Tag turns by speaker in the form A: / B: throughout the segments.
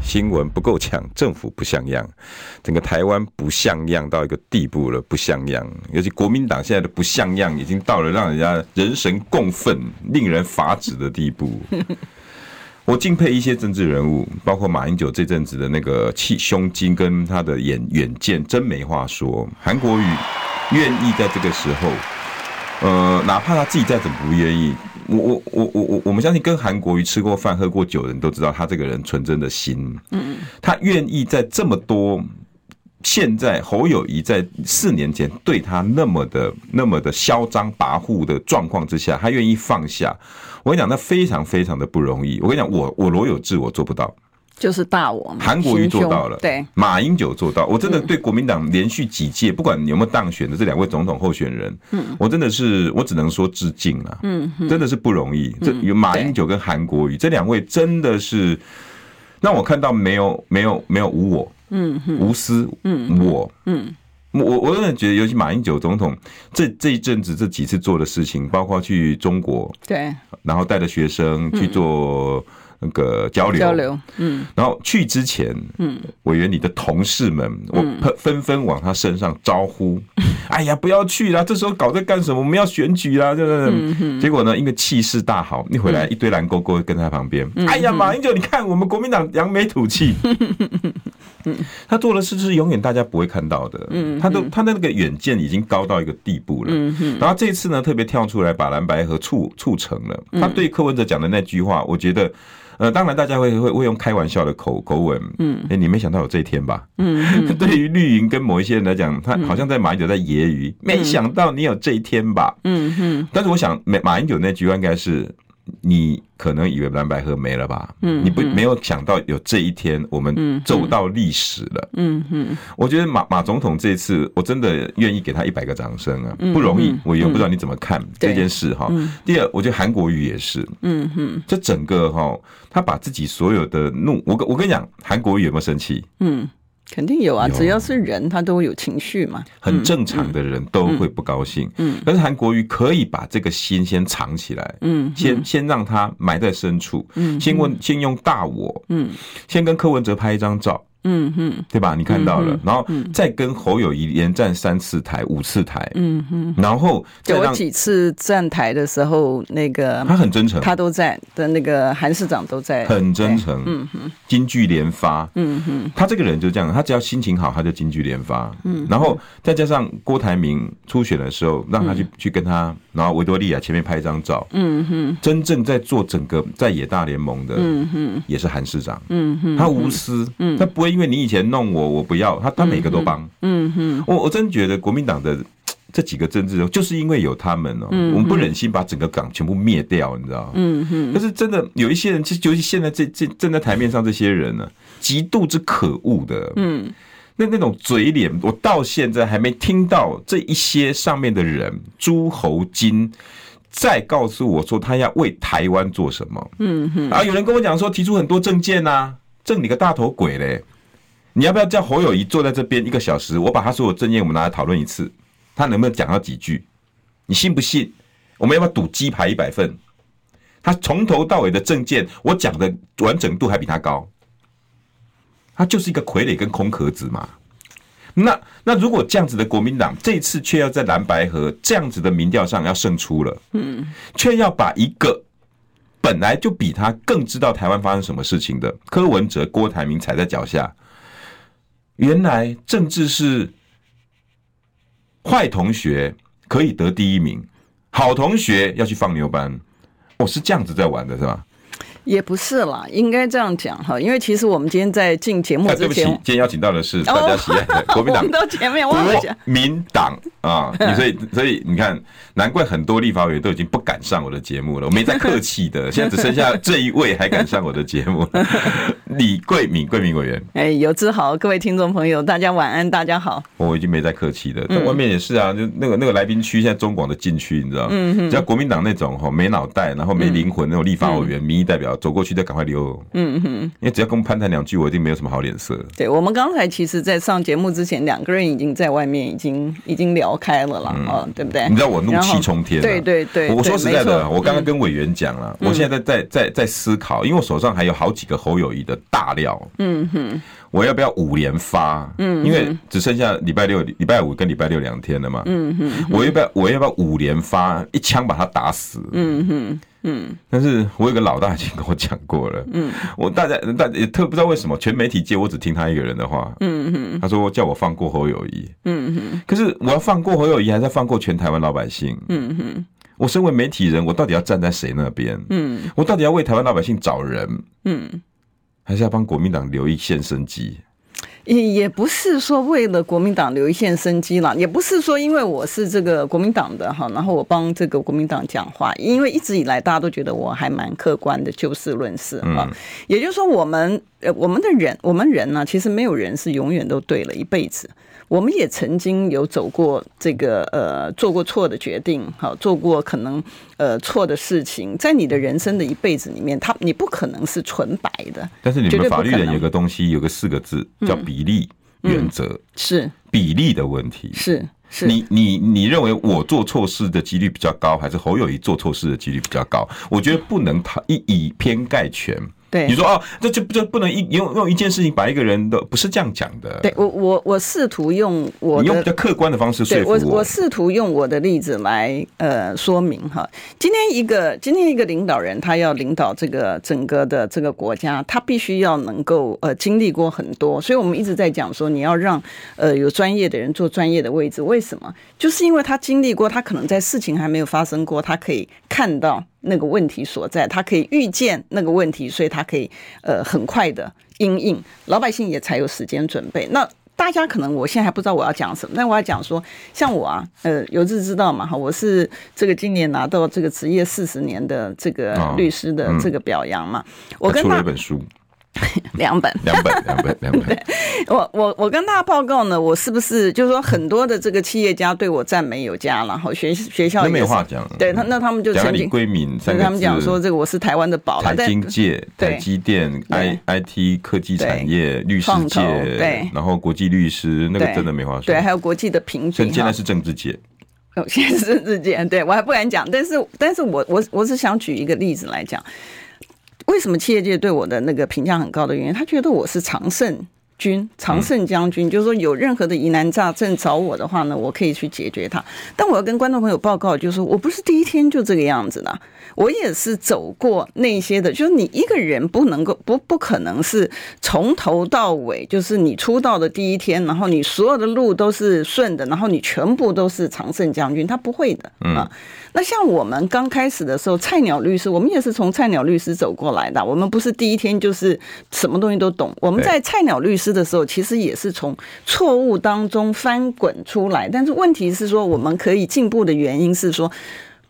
A: 新闻不够强，政府不像样，整个台湾不像样到一个地步了，不像样。尤其国民党现在的不像样，已经到了让人家人神共愤、令人发指的地步。 我敬佩一些政治人物，包括马英九这阵子的那个气胸襟跟他的眼远见，真没话说。韩国瑜愿意在这个时候，呃，哪怕他自己再怎么不愿意，我我我我我我们相信跟韩国瑜吃过饭、喝过酒的人都知道，他这个人纯真的心，嗯，他愿意在这么多。现在侯友谊在四年前对他那么的、那么的嚣张跋扈的状况之下，他愿意放下。我跟你讲，那非常非常的不容易。我跟你讲，我我罗有志我做不到，
B: 就是大我嘛，
A: 韩国瑜做到了，
B: 行凶对，
A: 马英九做到，我真的对国民党连续几届，不管有没有当选的这两位总统候选人，嗯，我真的是我只能说致敬啊，嗯，真的是不容易。这有马英九跟韩国瑜这两位真的是让我看到没有没有没有无我，嗯，无私，嗯，我，嗯。我我真的觉得，尤其马英九总统这这一阵子这几次做的事情，包括去中国，
B: 对，
A: 然后带着学生去做那个嗯交流，
B: 交流，嗯，
A: 然后去之前，嗯，委员你的同事们，我喷纷纷往他身上招呼，哎呀，不要去啦，这时候搞这干什么？我们要选举啦，对不对？结果呢，因为气势大好，一回来一堆蓝勾勾跟在他旁边，哎呀，马英九，你看我们国民党扬眉吐气， 他做的事是永远大家不会看到的，他都他的那个远见已经高到一个地步了，然后这次呢，特别跳出来把蓝白河促促成了，他对柯文哲讲的那句话，我觉得。呃，当然，大家会会会用开玩笑的口口吻，嗯，哎、你没想到有这一天吧？嗯， 对于绿营跟某一些人来讲，他好像在马英九在揶揄，没想到你有这一天吧？
B: 嗯哼，
A: 但是我想，马马英九那句话应该是，你可能以为蓝白河没了吧？嗯，你嗯不没有想到有这一天，我们走到历史了。
B: 嗯哼，
A: 我觉得马马总统这一次，我真的愿意给他一百个掌声啊，不容易。我也不知道你怎么看这件事哈。第二，我觉得韩国瑜也是，
B: 嗯哼，
A: 这整个哈，他把自己所有的怒，我跟我跟你讲，韩国瑜有没有生气？
B: 嗯，肯定有啊，
A: 有
B: 只要是人，他都会有情绪嘛，
A: 很正常的人都会不高兴，
B: 嗯，
A: 但是韩国瑜可以把这个心先藏起来，
B: 嗯
A: 先先让他埋在深处，
B: 嗯
A: 先问先用大我，
B: 嗯
A: 先跟柯文哲拍一张照，
B: 嗯哼，
A: 对吧？你看到
B: 嗯
A: 了，然后再跟侯友谊连战三次台、五次台，
B: 嗯哼。
A: 然后再
B: 就我
A: 让
B: 几次站台的时候，那个
A: 他很真诚，
B: 他都在的那个韩市长都在，
A: 很真诚，嗯哼，金句连发，
B: 嗯哼，
A: 他这个人就这样，他只要心情好，他就金句连发。嗯，然后再加上郭台铭初选的时候，让他去、去跟他，然后维多利亚前面拍一张照。嗯哼，真正在做整个在野大联盟的，嗯哼，也是韩市长。嗯哼，他无私，嗯，他不会因为你以前弄我，我不要他，他每个都帮。
B: 嗯哼，
A: 我我真觉得国民党的这几个政治人物，就是因为有他们哦、我们不忍心把整个港全部灭掉，你知道吗？
B: 嗯哼，
A: 但是真的有一些人，其实尤其现在这这站在台面上这些人呢、极度之可恶的，嗯，那那种嘴脸，我到现在还没听到这一些上面的人诸侯金。再告诉我说他要为台湾做什么？嗯哼，啊，有人跟我讲说提出很多政见呐、啊，政你个大头鬼嘞！你要不要叫侯友谊坐在这边一个小时，我把他所有政见我们拿来讨论一次，他能不能讲到几句？你信不信？我们要不要赌鸡排一百份？他从头到尾的证件，我讲的完整度还比他高。他就是一个傀儡跟空壳子嘛。那那如果这样子的国民党这一次却要在蓝白河这样子的民调上要胜出了，嗯，却要把一个本来就比他更知道台湾发生什么事情的柯文哲、郭台铭踩在脚下。原来政治是坏同学可以得第一名，好同学要去放牛班。哦，是这样子在玩的是吧？
B: 也不是啦，应该这样讲哈，因为其实我们今天在进节目
A: 啊，对
B: 之
A: 不起，
B: 前，
A: 今天邀请到的是大家喜爱的国
B: 哦 我
A: 民党
B: 们到前面忘了嗯
A: 国
B: 讲，
A: 民党啊，你所以所以你看，难怪很多立法委员都已经不敢上我的节目了，我没在客气 的，现在只剩下这一位还敢上我的节目， 李桂敏桂敏委员，
B: 哎，有志豪，各位听众朋友，大家晚安，大家好，
A: 我已经没在客气的，
B: 嗯
A: 但外面也是啊，就那个那个来宾区，现在中广的禁区，你知道，
B: 嗯
A: 只要国民党那种哈没脑袋，然后没灵魂那种立法委员、
B: 嗯
A: 民意代表走过去，再赶快溜，嗯哼，因为只要跟我们攀谈两句，我一定没有什么好脸色。
B: 对我们刚才其实，在上节目之前，两个人已经在外面已经已经聊开了啦，哦，对不对？
A: 嗯你知道我怒
B: 然后
A: 气冲天、啊，
B: 对对对，
A: 我我说
B: 对
A: 实在的，，
B: 没错
A: 我刚刚跟委员讲了，我现在在在在在思考，因为我手上还有好几个侯友谊的大料，嗯哼，我要不要五连发？嗯，因为只剩下礼拜六、礼拜五跟礼拜六两天了嘛，嗯哼，我要不要我要不要五连发一枪把他打死？嗯哼。嗯，但是我有个老大已经跟我讲过了，嗯， 我大家大也特不知道为什么全媒体界我只听他一个人的话，嗯哼，他说叫我放过侯友谊，嗯哼，可是我要放过侯友谊，还是要放过全台湾老百姓，我身为媒体人，我到底要站在谁那边？嗯，我到底要为台湾老百姓找人？嗯，还是要帮国民党留一线生机？
B: 也也不是说为了国民党留一线生机啦，也不是说因为我是这个国民党的哈，然后我帮这个国民党讲话，因为一直以来大家都觉得我还蛮客观的，就事论事啊。也就是说，我们呃我们的人，我们人呢、其实没有人是永远都对了一辈子。我们也曾经有走过这个呃，做过错的决定，好，做过可能呃错的事情，在你的人生的一辈子里面，他你不可能是纯白的，
A: 但是你
B: 绝
A: 们
B: 对不
A: 法律
B: 可
A: 人
B: 能嗯
A: 有个东西，有个四个字叫比例原则，
B: 是
A: 比例的问题。
B: 是是。
A: 你你你认为我做错事的几率比较高，还是侯友谊做错事的几率比较高？我觉得不能他一以偏概全。
B: 对
A: 你说哦，这就就不能一用用一件事情把一个人的不是这样讲的。
B: 对，我我我试图用我
A: 嗯你用
B: 的
A: 比较客观的方式说
B: 对
A: 服
B: 我我试图用我的例子来呃说明哈。今天一个今天一个领导人，他要领导这个整个的这个国家，他必须要能够呃经历过很多，所以我们一直在讲说，你要让呃有专业的人做专业的位置，为什么？就是因为他经历过，他可能在事情还没有发生过，他可以看到。那个问题所在，他可以预见那个问题，所以他可以呃很快的应应，老百姓也才有时间准备。那大家可能我现在还不知道我要讲什么，但我要讲说，像我啊，呃，有志知道嘛哈，我是这个今年拿到这个职业四十年的这个
A: 哦
B: 律师的
A: 嗯
B: 这个表扬嘛，我
A: 他嗯
B: 跟
A: 出了一
B: 他
A: 本书，
B: 两本，
A: 两本两本两本。
B: 我我我跟大家报告呢，我是不是就是说很多的这个企业家对我赞美有加，然后学学校
A: 那
B: 也
A: 没有
B: 是
A: 话讲。
B: 对他那他们就
A: 讲到
B: 曾
A: 李
B: 经
A: 桂敏三
B: 跟
A: 个
B: 他们讲
A: 字
B: 说这个我是台湾的宝了，
A: 台
B: 但
A: 经啊界、
B: 对
A: 台积电、I
B: 对
A: I T 科技产业、律师
B: 创
A: 界
B: 投对，
A: 然后国际律师，那个
B: 对
A: 真的没话说
B: 对，。还有国际的评比
A: 现现
B: 哈
A: 在是政治界，
B: 有些 甚至间，对我还不敢讲，但是，但是我我我只想举一个例子来讲，为什么企业界对我的那个评价很高的原因，他觉得我是常胜军、常胜将军，就是说有任何的疑难杂症找我的话呢，我可以去解决它。但我要跟观众朋友报告，就是说我不是第一天就这个样子的，我也是走过那些的，就是你一个人不能够不不可能是从头到尾，就是你出道的第一天，然后你所有的路都是顺的，然后你全部都是常胜将军，他不会的啊。那像我们刚开始的时候，菜鸟律师，我们也是从菜鸟律师走过来的，我们不是第一天就是什么东西都懂。我们
A: 对
B: 在菜鸟律师的时候，其实也是从错误当中翻滚出来，但是问题是说，我们可以进步的原因是说。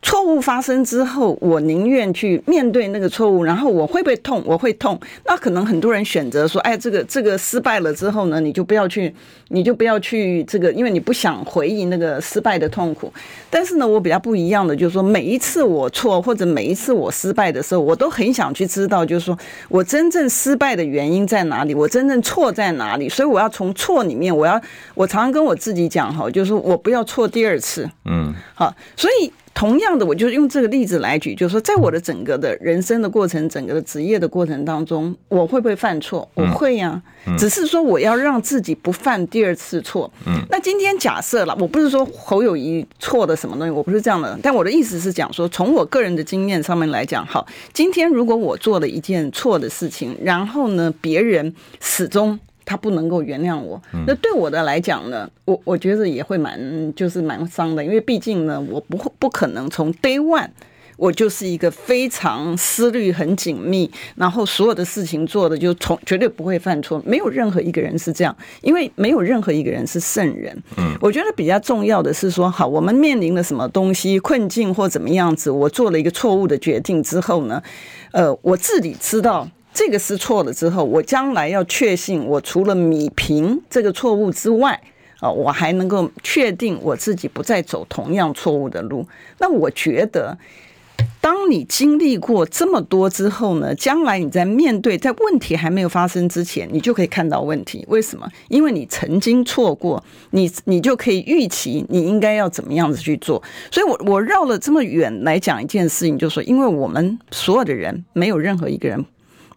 B: 错误发生之后，我宁愿去面对那个错误，然后我会不会痛？我会痛。那可能很多人选择说，哎，这个这个失败了之后呢，你就不要去，你就不要去这个，因为你不想回忆那个失败的痛苦。但是呢，我比较不一样的就是说，每一次我错或者每一次我失败的时候，我都很想去知道，就是说我真正失败的原因在哪里，我真正错在哪里。所以我要从错里面，我要我常常跟我自己讲哈，就是说我不要错第二次。
A: 嗯，
B: 好，所以同样的，我就用这个例子来举，就是说，在我的整个的人生的过程、整个的职业的过程当中，我会不会犯错？我会呀、只是说我要让自己不犯第二次错。嗯，那今天假设了，我不是说侯友谊错的什么东西，我不是这样的，但我的意思是讲说，从我个人的经验上面来讲，好，今天如果我做了一件错的事情，然后呢，别人始终。他不能够原谅我。那对我的来讲呢，我我觉得也会蛮就是蛮伤的，因为毕竟呢，我不会不可能从 day one。我就是一个非常思虑很紧密，然后所有的事情做的就从绝对不会犯错，没有任何一个人是这样，因为没有任何一个人是圣人。嗯，我觉得比较重要的是说，好，我们面临了什么东西困境或怎么样子，我做了一个错误的决定之后呢，呃，我自己知道。这个是错了之后，我将来要确信，我除了米平这个错误之外，啊，我还能够确定我自己不再走同样错误的路。那我觉得，当你经历过这么多之后呢，将来你在面对在问题还没有发生之前，你就可以看到问题。为什么？因为你曾经错过，你你就可以预期你应该要怎么样子去做。所以我，我绕了这么远来讲一件事情，就是说，因为我们所有的人，没有任何一个人。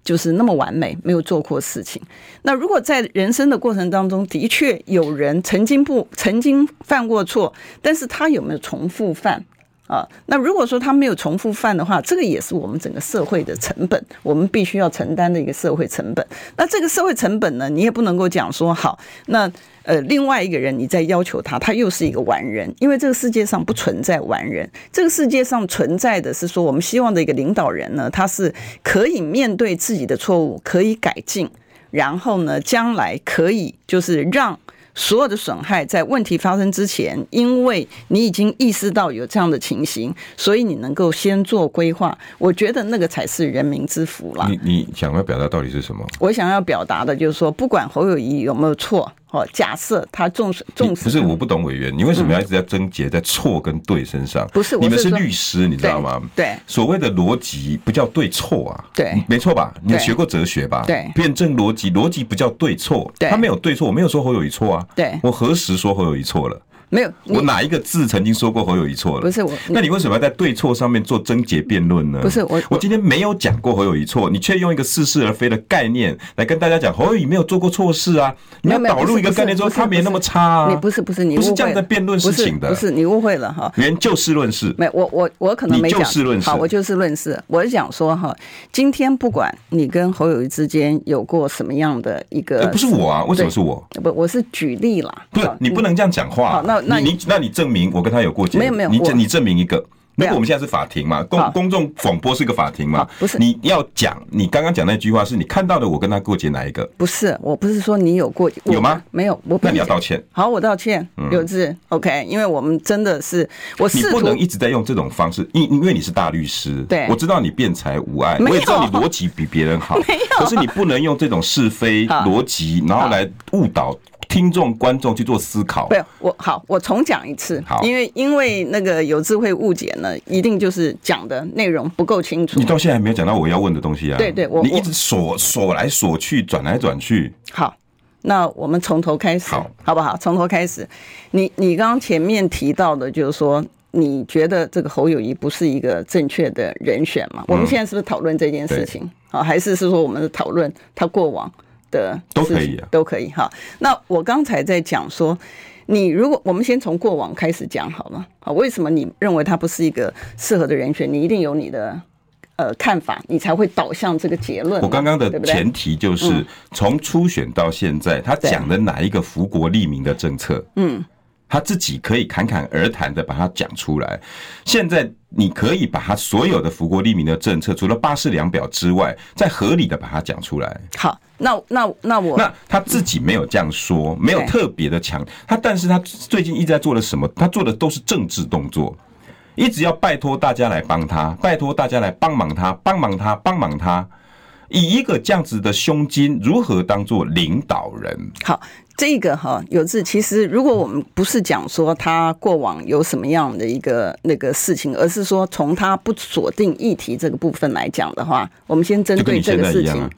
B: 就是那么完美，没有做过事情。那如果在人生的过程当中，的确有人曾经不曾经犯过错，但是他有没有重复犯啊？那如果说他没有重复犯的话，这个也是我们整个社会的成本，我们必须要承担的一个社会成本。那这个社会成本呢，你也不能够讲说好，那呃，另外一个人你再要求他，他又是一个完人，因为这个世界上不存在完人，这个世界上存在的是说，我们希望的一个领导人呢，他是可以面对自己的错误，可以改进，然后呢，将来可以就是让。所有的损害在问题发生之前，因为你已经意识到有这样的情形，所以你能够先做规划。我觉得那个才是人民之福啦。
A: 你你想要表达到底是什么？
B: 我想要表达的就是说，不管侯友谊有没有错，哦，假设他重视重
A: 你
B: 视，
A: 不是我不懂委员，你为什么要一直在症结在错跟对身上？
B: 不是我
A: 你们
B: 是
A: 是
B: 说
A: 律师，你知道吗？
B: 对对
A: 所谓的逻辑不叫对错啊，
B: 对
A: 没错吧？你
B: 对
A: 学过哲学吧？
B: 对
A: 辩证逻辑，逻辑不叫对错，
B: 对
A: 他没有对错，我没有说侯友谊错啊，
B: 对
A: 我何时说侯友谊错了？
B: 没有你
A: 我哪一个字曾经说过侯友谊错了？
B: 不是我
A: 那你为什么要在对错上面做症结辩论呢？
B: 不是我
A: 我今天没有讲过侯友谊错，你却用一个似是而非的概念来跟大家讲侯友谊没有做过错事啊！你要
B: 没有没有
A: 导入一个概念说
B: 不是不是
A: 他没那么差啊！
B: 你不是不是你
A: 不是
B: 误
A: 这样
B: 会了
A: 在辩论事情的
B: 不是不是你误会了哈。
A: 原就事论事，
B: 没，我我我可能
A: 你
B: 没
A: 就
B: 讲
A: 事论事
B: 好，我就事论事。我是讲说哈，今天不管你跟侯友谊之间有过什么样的一个
A: 呃，不是我啊？为什么是我？
B: 不，我是举例啦。
A: 不是
B: 好
A: 你不能这样讲话啊
B: 好。那那
A: 你你那你证明我跟他有过节？
B: 没有没有
A: 你
B: 我
A: 证你证明一个。如
B: 对啊
A: 果我们现在是法庭嘛，公
B: 好
A: 公众广播是一个法庭嘛
B: 好，不是
A: 你要讲你刚刚讲那句话，是你看到的我跟他过节哪一个？
B: 不是，我不是说你有过，我
A: 有吗
B: 没有，我不
A: 那你要
B: 是
A: 道歉。嗯
B: 好，我道歉，有志、OK，因为我们真的是我
A: 你
B: 试
A: 不
B: 图
A: 能一直在用这种方式，因因为你是大律师，
B: 对
A: 我知道你辩才无碍，
B: 没有
A: 我也知道你逻辑比别人好，
B: 没有
A: 可是你不能用这种是非
B: 好
A: 逻辑，然后
B: 好
A: 来误导听众观众去做思考
B: 不。，我好，我重讲一次
A: 好，
B: 因为因为那个有智慧误解呢，一定就是讲的内容不够清楚
A: 你。到现在还没有讲到我要问的东西啊！
B: 对对我
A: 你
B: 我
A: 一直锁锁来锁去，转来转去，
B: 好，那我们从头开始，
A: 好
B: 不好？从头开始，你你刚刚前面提到的，就是说。你觉得这个侯友谊不是一个正确的人选
A: 嗯
B: 吗？我们现在是不是讨论这件事情？好，还是是说我们是讨论他过往的
A: 都可以啊
B: 事情都可以哈。那我刚才在讲说，你如果我们先从过往开始讲好了，好，为什么你认为他不是一个适合的人选？你一定有你的呃看法，你才会导向这个结论嘛。
A: 我刚刚的
B: 对嗯不对
A: 前提就是从初选到现在，他讲的哪一个福国利民的政策，嗯，他自己可以侃侃而谈的把它讲出来。现在你可以把他所有的福国利民的政策，除了巴士量表之外，再合理的把它讲出来。
B: 好，那那那我
A: 那他自己没有这样说，没有
B: 对
A: 特别的强，他但是他最近一直在做了什么？他做的都是政治动作，一直要拜托大家来帮他，拜托大家来帮忙他，帮忙他，帮忙他。以一个这样子的胸襟，如何当做领导人？
B: 好，这个哈有志，其实如果我们不是讲说他过往有什么样的一个那个事情，而是说从他不锁定议题这个部分来讲的话，我们先针
A: 就跟
B: 对
A: 你
B: 这
A: 现
B: 个
A: 在
B: 事
A: 一样
B: 情
A: 啊。，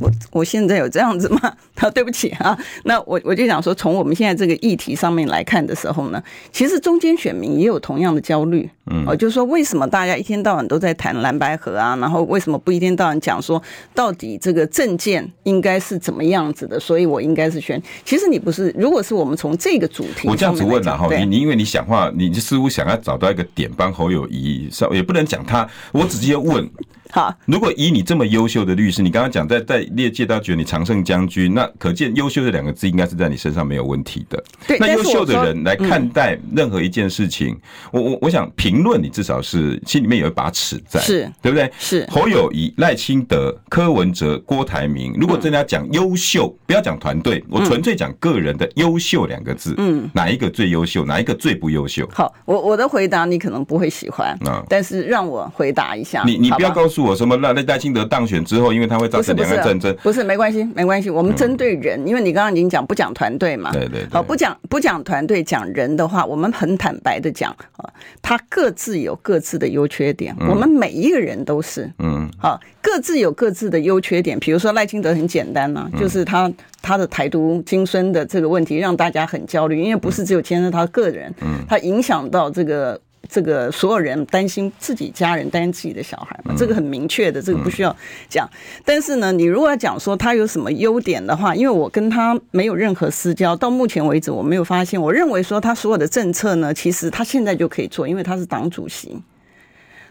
B: 我我现在有这样子吗？ 啊，对不起啊，那我我就想说，从我们现在这个议题上面来看的时候呢，其实中间选民也有同样的焦虑，嗯，哦，就是说为什么大家一天到晚都在谈蓝白河啊，然后为什么不一天到晚讲说到底这个政见应该是怎么样子的？所以我应该是选。其实你不是，如果是我们从这个主题
A: 我这样子
B: 上面来
A: 问了、啊
B: 讲
A: 哈，
B: 对
A: 你你因为你想话，你似乎想要找到一个点帮侯友谊，稍也不能讲他，我直接问
B: 好，
A: 如果以你这么优秀的律师，你刚刚讲在在业界大家觉得你常胜将军，那可见优秀这两个字应该是在你身上没有问题的。
B: 对
A: 那
B: 但
A: 优
B: 是
A: 秀的
B: 我说
A: 人来看待任何一件事情，我我我想评论你至少是心里面有一把尺在，
B: 是
A: 对不对？
B: 是
A: 侯友谊、赖清德、柯文哲、郭台铭，如果真的要讲优秀，不要讲团队，我纯粹讲个人的优秀两个字，嗯，哪一个最优秀，哪一个最不优秀？
B: 好，我我的回答你可能不会喜欢，
A: 嗯
B: 但是让我回答一下，
A: 你你不要
B: 好吧
A: 告诉我什么赖赖清德当选之后，因为他会造
B: 不是
A: 成
B: 不
A: 两
B: 是
A: 岸战争，嗯
B: 不是没关系没关系，我们针对人，因为你刚刚已经讲不讲团队嘛，
A: 对对对
B: 啊好不讲不讲团队讲人的话，我们很坦白的讲啊，他各自有各自的优缺点，我们每一个人都是，
A: 嗯，
B: 好，各自有各自的优缺点。比如说赖清德很简单嘛、就是他他的台独精深的这个问题让大家很焦虑，因为不是只有牵涉他个人，他影响到这个。这个所有人担心自己家人，担心自己的小孩嘛，这个很明确的，这个不需要讲。但是呢，你如果要讲说他有什么优点的话，因为我跟他没有任何私交，到目前为止我没有发现。我认为说他所有的政策呢，其实他现在就可以做，因为他是党主席。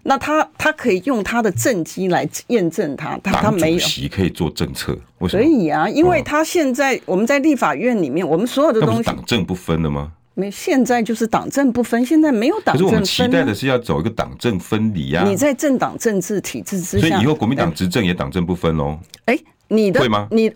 B: 那他他可以用他的政绩来验证他，他他
A: 党
B: 没
A: 主
B: 有。
A: 席嗯可以做政策，为什
B: 所
A: 么？
B: 以啊，因为他现在我们在立法院里面，我们所有的
A: 那不
B: 东
A: 是
B: 西
A: 嗯党政不分了吗？
B: 没现在就是党政不分，现在没有党
A: 可是
B: 政
A: 我
B: 分、
A: 们
B: 啊。
A: 期待的是要走一个党政分离啊，
B: 你在政党政治体制之
A: 所
B: 下，
A: 以以后国民党执政也党政不分喽。
B: 哎，你的
A: 会吗
B: 你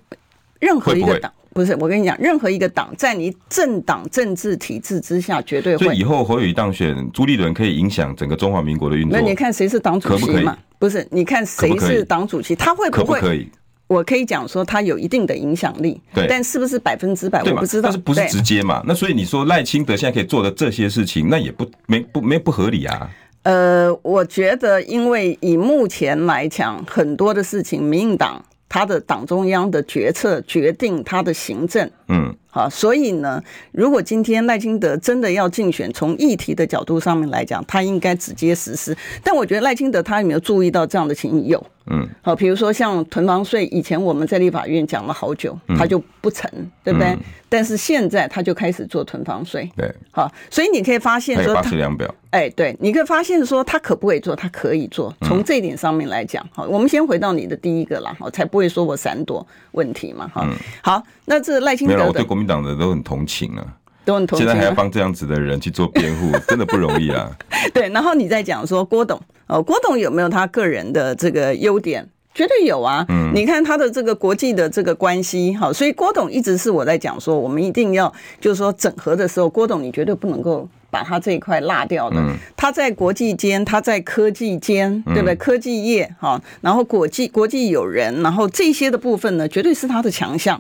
B: 任何
A: 会
B: 一
A: 不
B: 个
A: 会
B: 党不是我跟你讲，任何一个党在你政党政治体制之下绝呃对
A: 所以
B: 会
A: 以。后侯友谊当选，朱立伦可以影响整个中华民国的运作
B: 那，你看谁是党主席
A: 可不可以
B: 嘛？不是，你看
A: 可
B: 谁
A: 不可以
B: 是党主席，他会
A: 可
B: 不
A: 不
B: 会？
A: 可以？
B: 我可以讲说他有一定的影响力，
A: 对
B: 但是不是百分之百
A: 对
B: 我
A: 嘛
B: 不知？道，
A: 但是不是
B: 对
A: 直接嘛？那所以你说赖清德现在可以做的这些事情，那也不没不没不合理啊。
B: 呃，我觉得因为以目前来讲，很多的事情，民进党它的党中央的决策决定它的行政。
A: 嗯，
B: 啊，所以呢，如果今天赖清德真的要竞选，从议题的角度上面来讲，他应该直接实施。但我觉得赖清德他有没有注意到这样的情形？有，
A: 嗯，
B: 好，比如说像囤房税，以前我们在立法院讲了好久，
A: 嗯
B: 他就不成，对不对？但是现在他就开始做囤房税，
A: 对，
B: 好，所以你可以发现
A: 还有
B: 说
A: 八
B: 他，
A: 十两表，
B: 哎，对，你可以发现说他可不可以做，他可以做。
A: 嗯
B: 从这一点上面来讲，好，我们先回到你的第一个啦，好，才不会说我闪躲问题嘛，哈。好，那这赖清
A: 嗯没有啦，
B: 德
A: 我对
B: 的
A: 国民党的都很同情啊。
B: 都很同
A: 现
B: 情
A: 在还要
B: 啊，
A: 帮这样子的人去做辩护， 真的不容易啊。
B: 对。然后你再讲说郭董，哦，郭董有没有他个人的这个优点？绝对有啊，你看他的这个国际的这个关系，好，所以郭董一直是我在讲说，我们一定要就是说整合的时候，郭董你绝对不能够把他这一块落掉的。他在国际间，他在科技间，对不对？科技业哈，然后国际国际友人，然后这些的部分呢，绝对是他的强项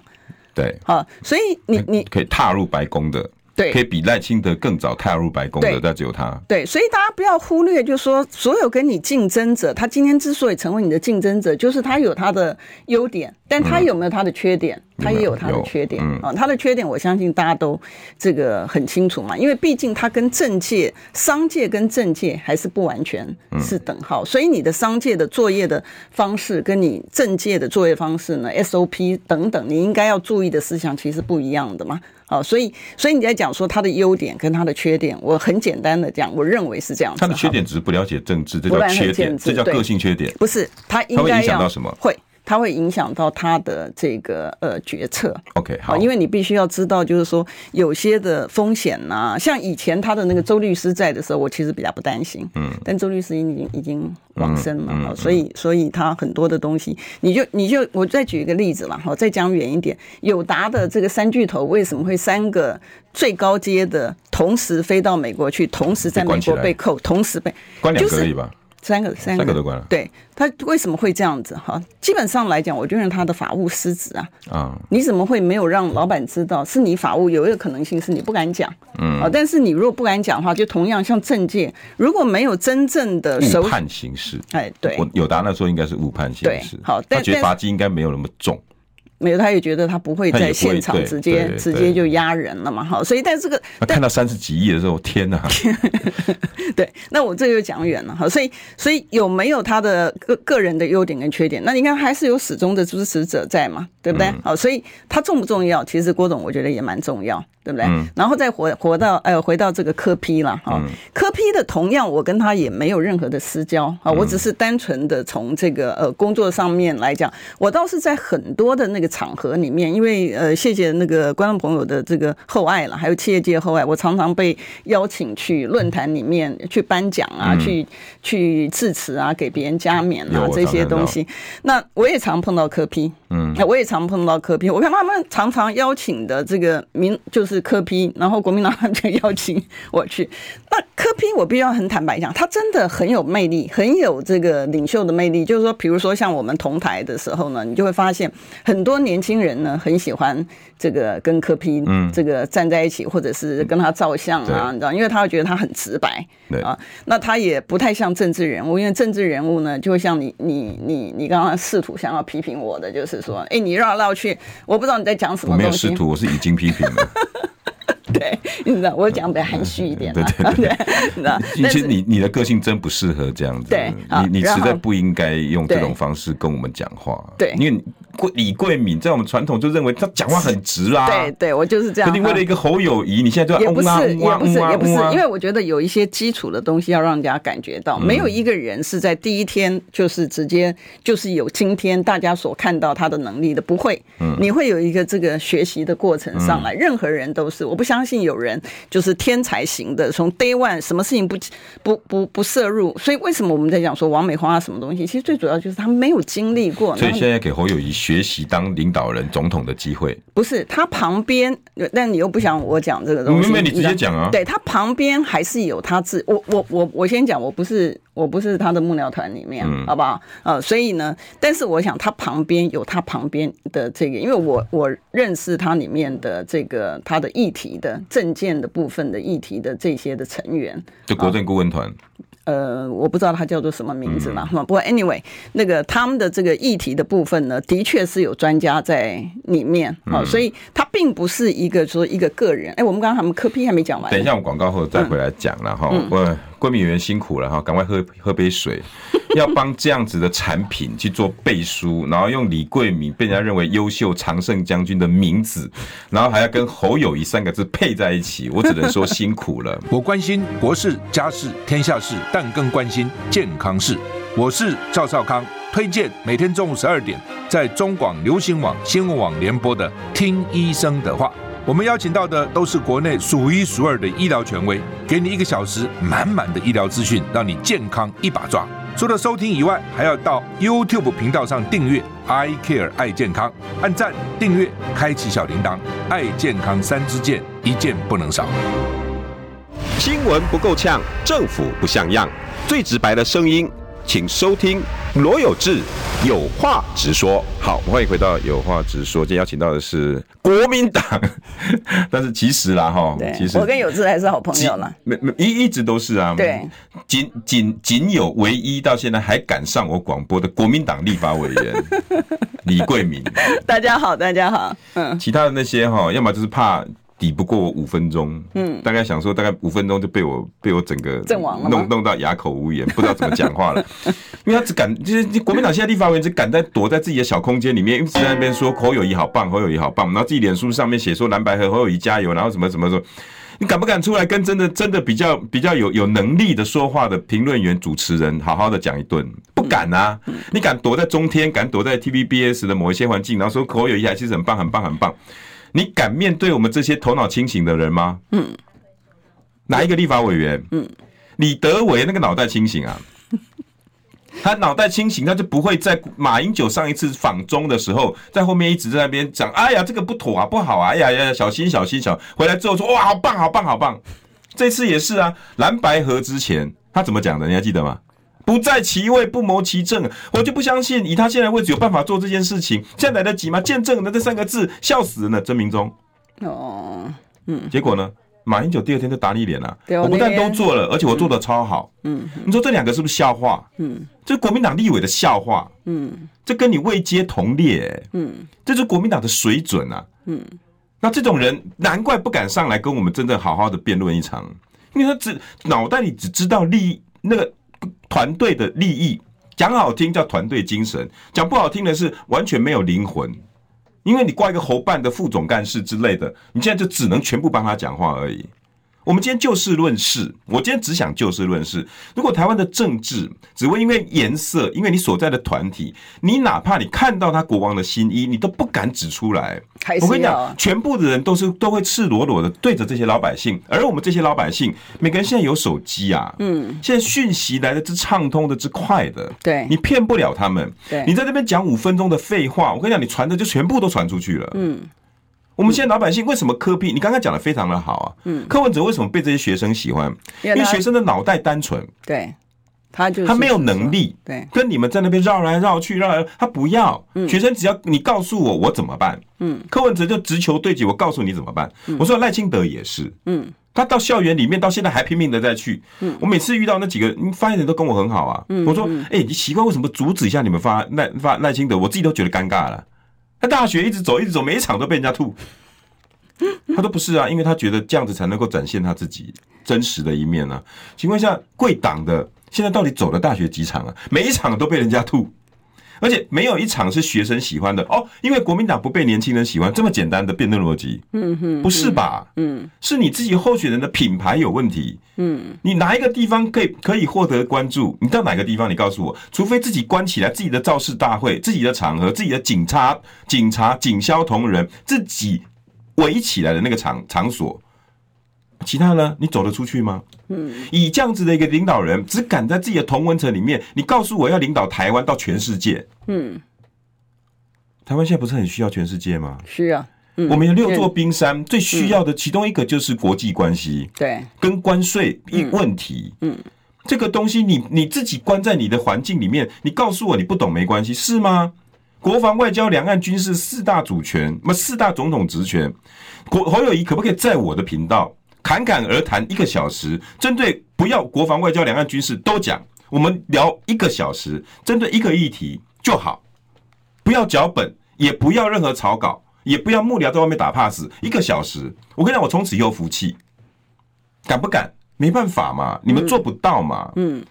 A: 对，
B: 哈。所以你你
A: 可以踏入白宫的，
B: 对
A: 可以比赖清德更早踏入白宫的，
B: 对
A: 那只有他。
B: 对，所以大家不要忽略，就是说，所有跟你竞争者，他今天之所以成为你的竞争者，就是他有他的优点，但他有没有他的缺点？他嗯也有他的
A: 有
B: 缺点
A: 嗯
B: 啊、他的缺点我相信大家都这个很清楚嘛，因为毕竟他跟政界、商界跟政界还是不完全
A: 嗯
B: 是等号，所以你的商界的作业的方式跟你政界的作业方式呢，SOP 等等，你应该要注意的思想其实不一样的嘛。好，所以所以你在讲说他的优点跟他的缺点，我很简单的讲，我认为是这样子。
A: 他的缺
B: 好
A: 点只是不了解政治，这
B: 不
A: 叫
B: 然很
A: 缺点，
B: 限制
A: 这叫
B: 对
A: 个性缺点。
B: 不是他应
A: 它会
B: 该
A: 影响
B: 要
A: 到什么
B: 会，他会影响到他的这个呃决策。
A: OK，好，
B: 好，哦因为你必须要知道，就是说有些的风险呐、像以前他的那个周律师在的时候，我其实比较不担心。嗯，但周律师已经已经往生了，
A: 嗯
B: 好所以所以他很多的东西，你就你就我再举一个例子啦，好，再讲远一点，友达的这个三巨头为什么会三个最高阶的同时飞到美国去，同时在
A: 被
B: 美
A: 关起
B: 国
A: 来
B: 被扣，同时被
A: 关两
B: 就
A: 个
B: 是
A: 而已吧。
B: 三个三个
A: 三个都关了
B: 对他为什么会这样子哈？基本上来讲，我认为他的法务失职啊。
A: 啊，
B: 你怎么会没有让老板知道是你法务？有一个可能性是你不敢讲，嗯，啊，但是你如果不敢讲的话，就同样像政界，如果没有真正的
A: 误
B: 手，
A: 判形式。
B: 哎，呃对，
A: 嗯我友达那时候应该是误判形式
B: 对，好
A: 他
B: 但
A: 觉得
B: 但
A: 罚金应该没有那么重。
B: 没有他也觉得他不会
A: 他也
B: 在
A: 不会
B: 现场
A: 对
B: 直接
A: 对对
B: 直接就压人了嘛，哈，所以但这个
A: 那
B: 但
A: 看到三十几亿的时候，天 哪！
B: 对，那我这就讲远了哈，所以所以有没有他的个个人的优点跟缺点？那你看还是有始终的支持者在嘛，对不对？好，所以他重不重要？其实郭总我觉得也蛮重要对不对？然后再活活到呃回到这个柯批了哈，柯批的同样我跟他也没有任何的私交
A: 嗯
B: 啊，我只是单纯的从这个呃工作上面来讲，我倒是在很多的那个场合里面，因为呃谢谢那个观众朋友的这个厚爱了，还有企业界厚爱，我常常被邀请去论坛里面去颁奖啊，去去致辞啊，给别人加冕
A: 嗯有
B: 啊
A: 我
B: 这些
A: 常看到
B: 东西。那我也常碰到柯批，嗯，我也常碰到柯批。我看他们常常邀请的这个民就是柯批，然后国民党他们就邀请我去。那柯批，我必须要很坦白讲，他真的很有魅力，很有这个领袖的魅力。就是说，比如说像我们同台的时候呢，你就会发现很多年轻人呢很喜欢这个跟柯批这个站在一起，或者是跟他照相啊，
A: 对
B: 你知道，因为他会觉得他很直白
A: 对
B: 啊。那他也不太像政治人物，因为政治人物呢，就会像你你你你刚刚试图想要批评我的，就是说，哎，你绕来绕去，我不知道你在讲什
A: 我
B: 么
A: 没有
B: 东
A: 试
B: 西。
A: 图，我是已经批评了。
B: 对，你知道，我讲的含蓄一点
A: 对
B: 啊，
A: 对 对，
B: 你知道，
A: 其
B: 但
A: 实
B: 是
A: 你你的个性真不适合这样子，
B: 对啊
A: 你你
B: 然
A: 实
B: 后
A: 在不应该用这
B: 对
A: 种方式跟我们讲话，
B: 对
A: 因为你桂李桂敏在我们传统就认为他讲话很直啦，
B: 对，对，我就是这
A: 可
B: 样。嗯
A: 你为了一个侯友谊，你现 在就
B: 也
A: 要
B: 不
A: 嗡啊，
B: 是
A: 嗡
B: 也
A: 啊
B: 不是，
A: 嗡啊
B: 也不是
A: 嗡啊，
B: 因为我觉得有一些基础的东西要让人家感觉
A: 嗯
B: 到，没有一个人是在第一天就是直接就是有今天大家所看到他的能力的，不会，
A: 嗯
B: 你会有一个这个学习的过程上来，任何人都是，我不相信有人就是天才型的，从 day one 什么事情不不不不摄入，所以为什么我们在讲说王美花什么东西，其实最主要就是他没有经历过，
A: 所以
B: 然后
A: 现在给侯友谊学习当领导人、总统的机会，
B: 不是他旁边，但你又不想我讲这个东西，
A: 没没你直接
B: 知道
A: 讲啊
B: 对他旁边还是有他自我我我我先讲，我不是我不是他的幕僚团里面，好不好？呃，所以呢，但是我想他旁边有他旁边的这个，因为我我认识他里面的这个他的议题的政见的部分的议题的这些的成员，
A: 就国政顾问团，
B: 呃，我不知道他叫做什么名字了。哈不过 anyway，那个他们的这个议题的部分呢，的确是有专家在里面哦，所以他并不是一个说一个个人。哎，我们刚刚他们科批还没讲完，
A: 等一，下，我们广告后再回来讲了哈。
B: 嗯
A: 我闺蜜员辛苦了哈，赶快喝喝杯 水。要帮这样子的产品去做背书，然后用李桂敏被人家认为优秀常胜将军的名字，然后还要跟侯友谊三个字配在一起，我只能说辛苦了。
C: 我关心国事、家事、天下事，但更关心健康事。我是赵少康，推荐每天中午十二点在中广流行网、新闻网联播的《听医生的话》。我们邀请到的都是国内数一数二的医疗权威，给你一个小时满满的医疗资讯，让你健康一把抓。除了收听以外，还要到 YouTube 频道上订阅 “I Care 爱健康”，按赞、订阅、开启小铃铛，爱健康三支箭，一箭不能少。
D: 新闻不够呛，政府不像样，最直白的声音，请收听罗有志有话直说。
A: 好，我们欢迎回到有话直说，今天邀请到的是国民党， 但是其实啦哈，哦其
B: 对
A: 实
B: 我跟有志还是好朋友了。
A: 没没一一直都是啊，
B: 对，
A: 仅仅仅有唯一到现在还敢上我广播的国民党立法委 员李桂明，
B: 大家好，大家好，嗯，
A: 其他的那些哈，要么就是怕。抵不过我五分钟，嗯，大概想说大概五分钟就被我被我整个
B: 阵亡了吗
A: 弄弄到哑口无言，不知道怎么讲话 了。因为他只敢，就是国民党现在立法委员只敢在躲在自己的小空间里面，一直在那边说侯友谊好棒，侯友谊好棒，然后自己脸书上面写说蓝白和侯友谊加油，然后什么什么什么。你敢不敢出来跟真的真的比较比较有有能力的说话的评论员、主持人好好的讲一顿？不敢啊！你敢躲在中天，敢躲在 TVBS 的某一些环境，然后说口有一还其实很棒、很棒、很棒，你敢面对我们这些头脑清醒的人吗？嗯，哪一个立法委员？嗯，李德维那个脑袋清醒啊！他脑袋清醒，他就不会在马英九上一次访中的时候，在后面一直在那边讲，哎呀，这个不妥啊，不好啊，哎呀呀，小心小心小。回来之后说，哇，好棒，好棒，好棒。这次也是啊，蓝白合之前他怎么讲的？你还记得吗？不在其位，不谋其政，我就不相信以他现在的位置有办法做这件事情，现在来得及吗？见证的这三个字，笑死人了，曾明忠。
B: 哦，
A: 结果呢，马英九第二天就打你脸了、
B: 对我
A: 我不但
B: 那
A: 都
B: 天
A: 做了，而且我做的超好。嗯，你说这两个是不是笑话？嗯，这是国民党立委的笑话。嗯，这跟你位阶同列、嗯，这是国民党的水准啊。嗯，那这种人难怪不敢上来跟我们真正好好的辩论一场，因为他只脑袋里只知道利益那个团队的利益。讲好听叫团队精神，讲不好听的是完全没有灵魂。因为你挂一个侯办的副总干事之类的，你现在就只能全部帮他讲话而已。我们今天就事论事，我今天只想就事论事。如果台湾的政治只会因为颜色，因为你所在的团体，你哪怕你看到他国王的新衣，你都不敢指出来。
B: 还是
A: 我跟你
B: 要
A: 讲
B: 啊，
A: 全部的人都是都会赤裸裸的对着这些老百姓，而我们这些老百姓，每个人现在有手机啊，嗯，现在讯息来的之畅通的之快的，
B: 对
A: 你骗不了他们。
B: 对
A: 你在这边讲五分钟的废话，我跟你讲，你传的就全部都传出去了。嗯，我们现在老百姓为什么科比？你刚刚讲的非常的好啊。嗯，柯文哲为什么被这些学生喜欢？
B: 因
A: 因
B: 为
A: 为
B: 他
A: 学生的脑袋单纯，
B: 对，他就是
A: 他没有能力。
B: 对
A: 跟你们在那边绕来绕去，绕来他不要。学生只要你告诉我我怎么办，嗯，柯文哲就直球对决，我告诉你怎么办。我说赖清德也是，嗯，他到校园里面到现在还拼命的在去，嗯，我每次遇到那几个嗯发言人都跟我很好啊，我说，哎、你奇怪为什么阻止一下你们发赖发赖清德，我自己都觉得尴尬了。他大学一直走一直走，每一场都被人家 吐。他都不是啊，因为他觉得这样子才能够展现他自己真实的一面啊。请问一下，贵党的现在到底走了大学几场啊？每一场都被人家吐，而且没有一场是学生喜欢的哦。因为国民党不被年轻人喜欢，这么简单的辩论逻辑，嗯哼，不是吧？嗯，是你自己候选人的品牌有问题。嗯，你哪一个地方可以可以获得关注？你到哪个地方？你告诉我，除非自己关起来，自己的造势大会、自己的场合、自己的警察、警察、警消同仁自己围起来的那个场场所。其他呢？你走得出去吗？以这样子的一个领导人，只敢在自己的同文层里面，你告诉我要领导台湾到全世界，嗯，台湾现在不是很需要全世界吗？
B: 需要，嗯
A: 我们有六座冰山，最需要的其中一个就是国际关系
B: 对
A: 跟关税一问题，嗯。这个东西你你自己关在你的环境里面，你告诉我你不懂没关系是吗？国防、外交、两岸军事四大主权，那么四大总统职权，国侯友谊可不可以在我的频道侃侃而谈一个小时，针对不要国防、外交、两岸军事都讲，我们聊一个小时，针对一个议题就好，不要脚本，也不要任何草稿，也不要幕僚在外面打 pass，一个小时，我跟你讲，我从此又服气，敢不敢？没办法嘛，你们做不到嘛，嗯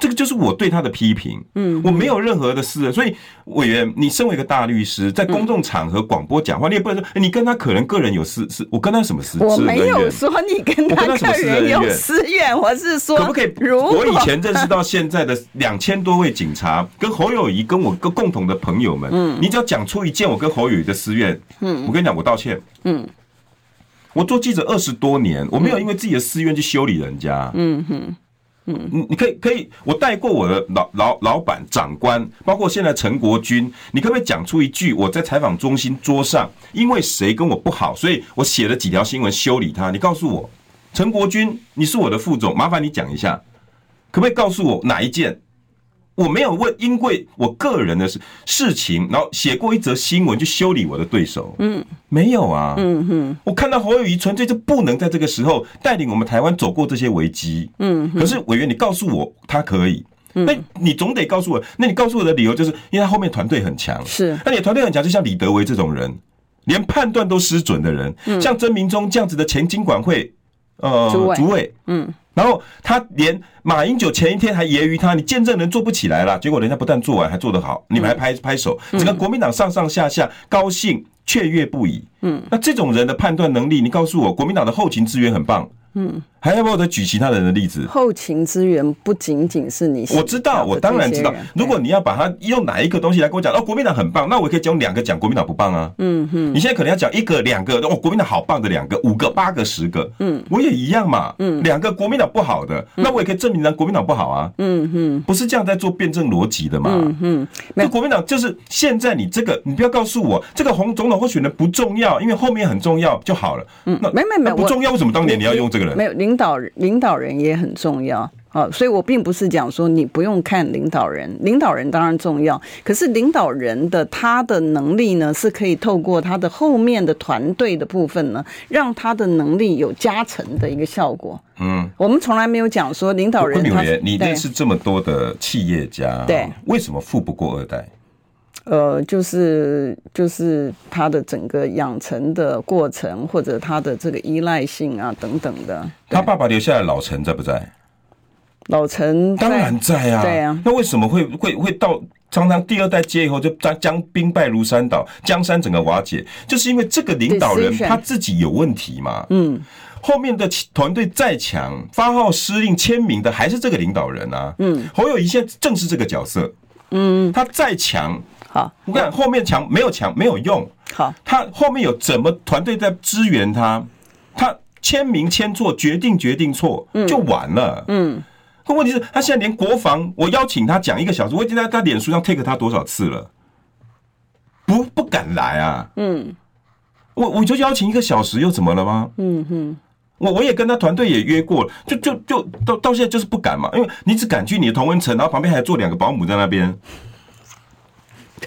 A: 这个就是我对他的批评。嗯，我没有任何的私人，所以委员，你身为一个大律师，在公众场合广播讲话，你也不能说哎你跟他可能个人有私私，我跟他什么私？
B: 我
A: 私人
B: 没有
A: 恩怨
B: 说你跟他
A: 我跟他什么
B: 个
A: 私人
B: 人
A: 恩
B: 有
A: 怨
B: 私怨，我是说，
A: 可不可以？
B: 如果
A: 我以前认识到现在的两千多位警察，跟侯友谊跟我个共同的朋友们，嗯，你只要讲出一件我跟侯友谊的私怨，嗯，我跟你讲，我道歉，嗯，我做记者二十多年，我没有因为自己的私怨去修理人家，嗯哼。嗯，你你可以可以，我带过我的老老老板、长官，包括现在陈国军，你可不可以讲出一句？我在采访中心桌上，因为谁跟我不好，所以我写了几条新闻修理他。你告诉我，陈国军，你是我的副总，麻烦你讲一下，可不可以告诉我哪一件？我没有问，因为我个人的事事情，然后写过一则新闻去修理我的对手。嗯，没有啊。嗯哼，我看到侯友谊纯粹就不能在这个时候带领我们台湾走过这些危机。嗯，可是委员，你告诉我他可以。那你总得告诉我，那你告诉我的理由就是因为他后面团队很强，
B: 是
A: 那你的团队很强，就像李德维这种人，连判断都失准的人，像曾明忠这样子的前经管会呃
B: 主委
A: 嗯，然后他连马英九前一天还揶揄他，你见证人做不起来啦，结果人家不但做完还做得好，你们还拍拍手，整个国民党上上下下高兴雀跃不已。嗯，那这种人的判断能力，你告诉我，国民党的后勤资源很棒。嗯，还要不要再举其他人的例子？
B: 后勤资源不仅仅是你想
A: 我知道，
B: 要的
A: 我当然知道
B: 这些人。
A: 如果你要把它用哪一个东西来跟我讲，哦，国民党很棒，那我可以讲两个讲国民党不棒啊。嗯哼，你现在可能要讲一个、两个，哦，国民党好棒的两个、五个、八个、十个，嗯，我也一样嘛。嗯，两个国民党不好的，
B: 嗯
A: 那我也可以证明咱国民党不好啊。嗯哼，不是这样在做辩证逻辑的嘛。嗯哼，
B: 没
A: 那
B: 有
A: 国民党就是现在你这个，你不要告诉我这个红总统候选人不重要，因为后面很重要就好了。嗯，那
B: 没没没
A: 那不
B: 我
A: 重要，为什么当年你要用这个人
B: 没？有领导人领导人也很重要。啊，所以我并不是讲说你不用看领导人，领导人当然重要，可是领导人的他的能力呢，是可以透过他的后面的团队的部分呢，让他的能力有加成的一个效果。嗯，我们从来没有讲说领导人
A: 桂敏
B: 他
A: 委员，你
B: 对
A: 认识这么多的企业家，
B: 对，
A: 为什么富不过二代？
B: 呃，就是就是他的整个养成的过程，或者他的这个依赖性啊等等的。
A: 他爸爸留下来的老陈在不在？
B: 老陈在
A: 当然在啊。
B: 对啊
A: 那为什么会会会到常常第二代接以后就将将兵败如山倒，江山整个瓦解，就是因为这个领导人
B: Decision
A: 他自己有问题嘛。嗯，后面的团队再强，发号施令签名的还是这个领导人啊。嗯，侯友谊现在正是这个角色。嗯，他再强，
B: 好，
A: 我跟你讲，后面强没有强没有用，
B: 好，
A: 他后面有怎么团队在支援他，他签名签错，决定决定错，就完了。嗯。可问题是，他现在连国防，我邀请他讲一个小时，我已经在他脸书上 take 他多少次了，不不敢来啊。嗯。我我就邀请一个小时，又怎么了吗？嗯哼。我我也跟他团队也约过了，就就就到到现在就是不敢嘛，因为你只敢去你的同温层，然后旁边还坐两个保姆在那边，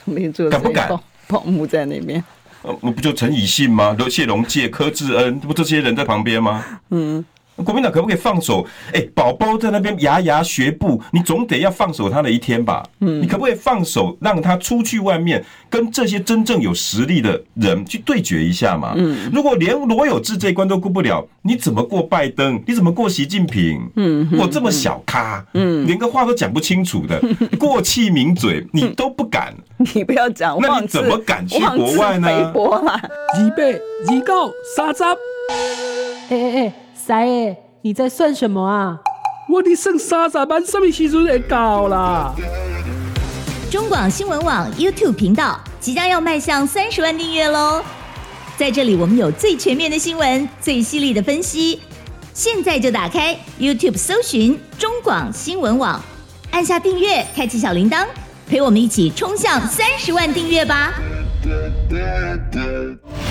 B: 他们做
A: 敢不敢
B: 保姆在那边，
A: 呃，不就陈以信吗？刘谢龙介、柯志恩，不这些人在旁边吗？嗯，国民党可不可以放手？哎、宝宝在那边牙牙学步，你总得要放手他的一天吧？嗯，你可不可以放手让他出去外面跟这些真正有实力的人去对决一下嘛？嗯，如果连罗有志这一关都过不了，你怎么过拜登？你怎么过习近平？嗯，我这么小咖，嗯，连个话都讲不清楚 的，过气名嘴，你都不敢。
B: 你不要讲，
A: 那你
B: 妄自
A: 怎么敢去国外呢
B: 妄自菲薄啊啦，
E: 二八、二九、三十，
F: 哎哎哎，三爷，你在算什么啊？
E: 我伫算三十万，什么时阵会到啦？
G: 中广新闻网 YouTube 频道即将要迈向三十万订阅喽！在这里，我们有最全面的新闻，最犀利的分析。现在就打开 YouTube 搜寻中广新闻网，按下订阅，开启小铃铛，陪我们一起冲向三十万订阅吧！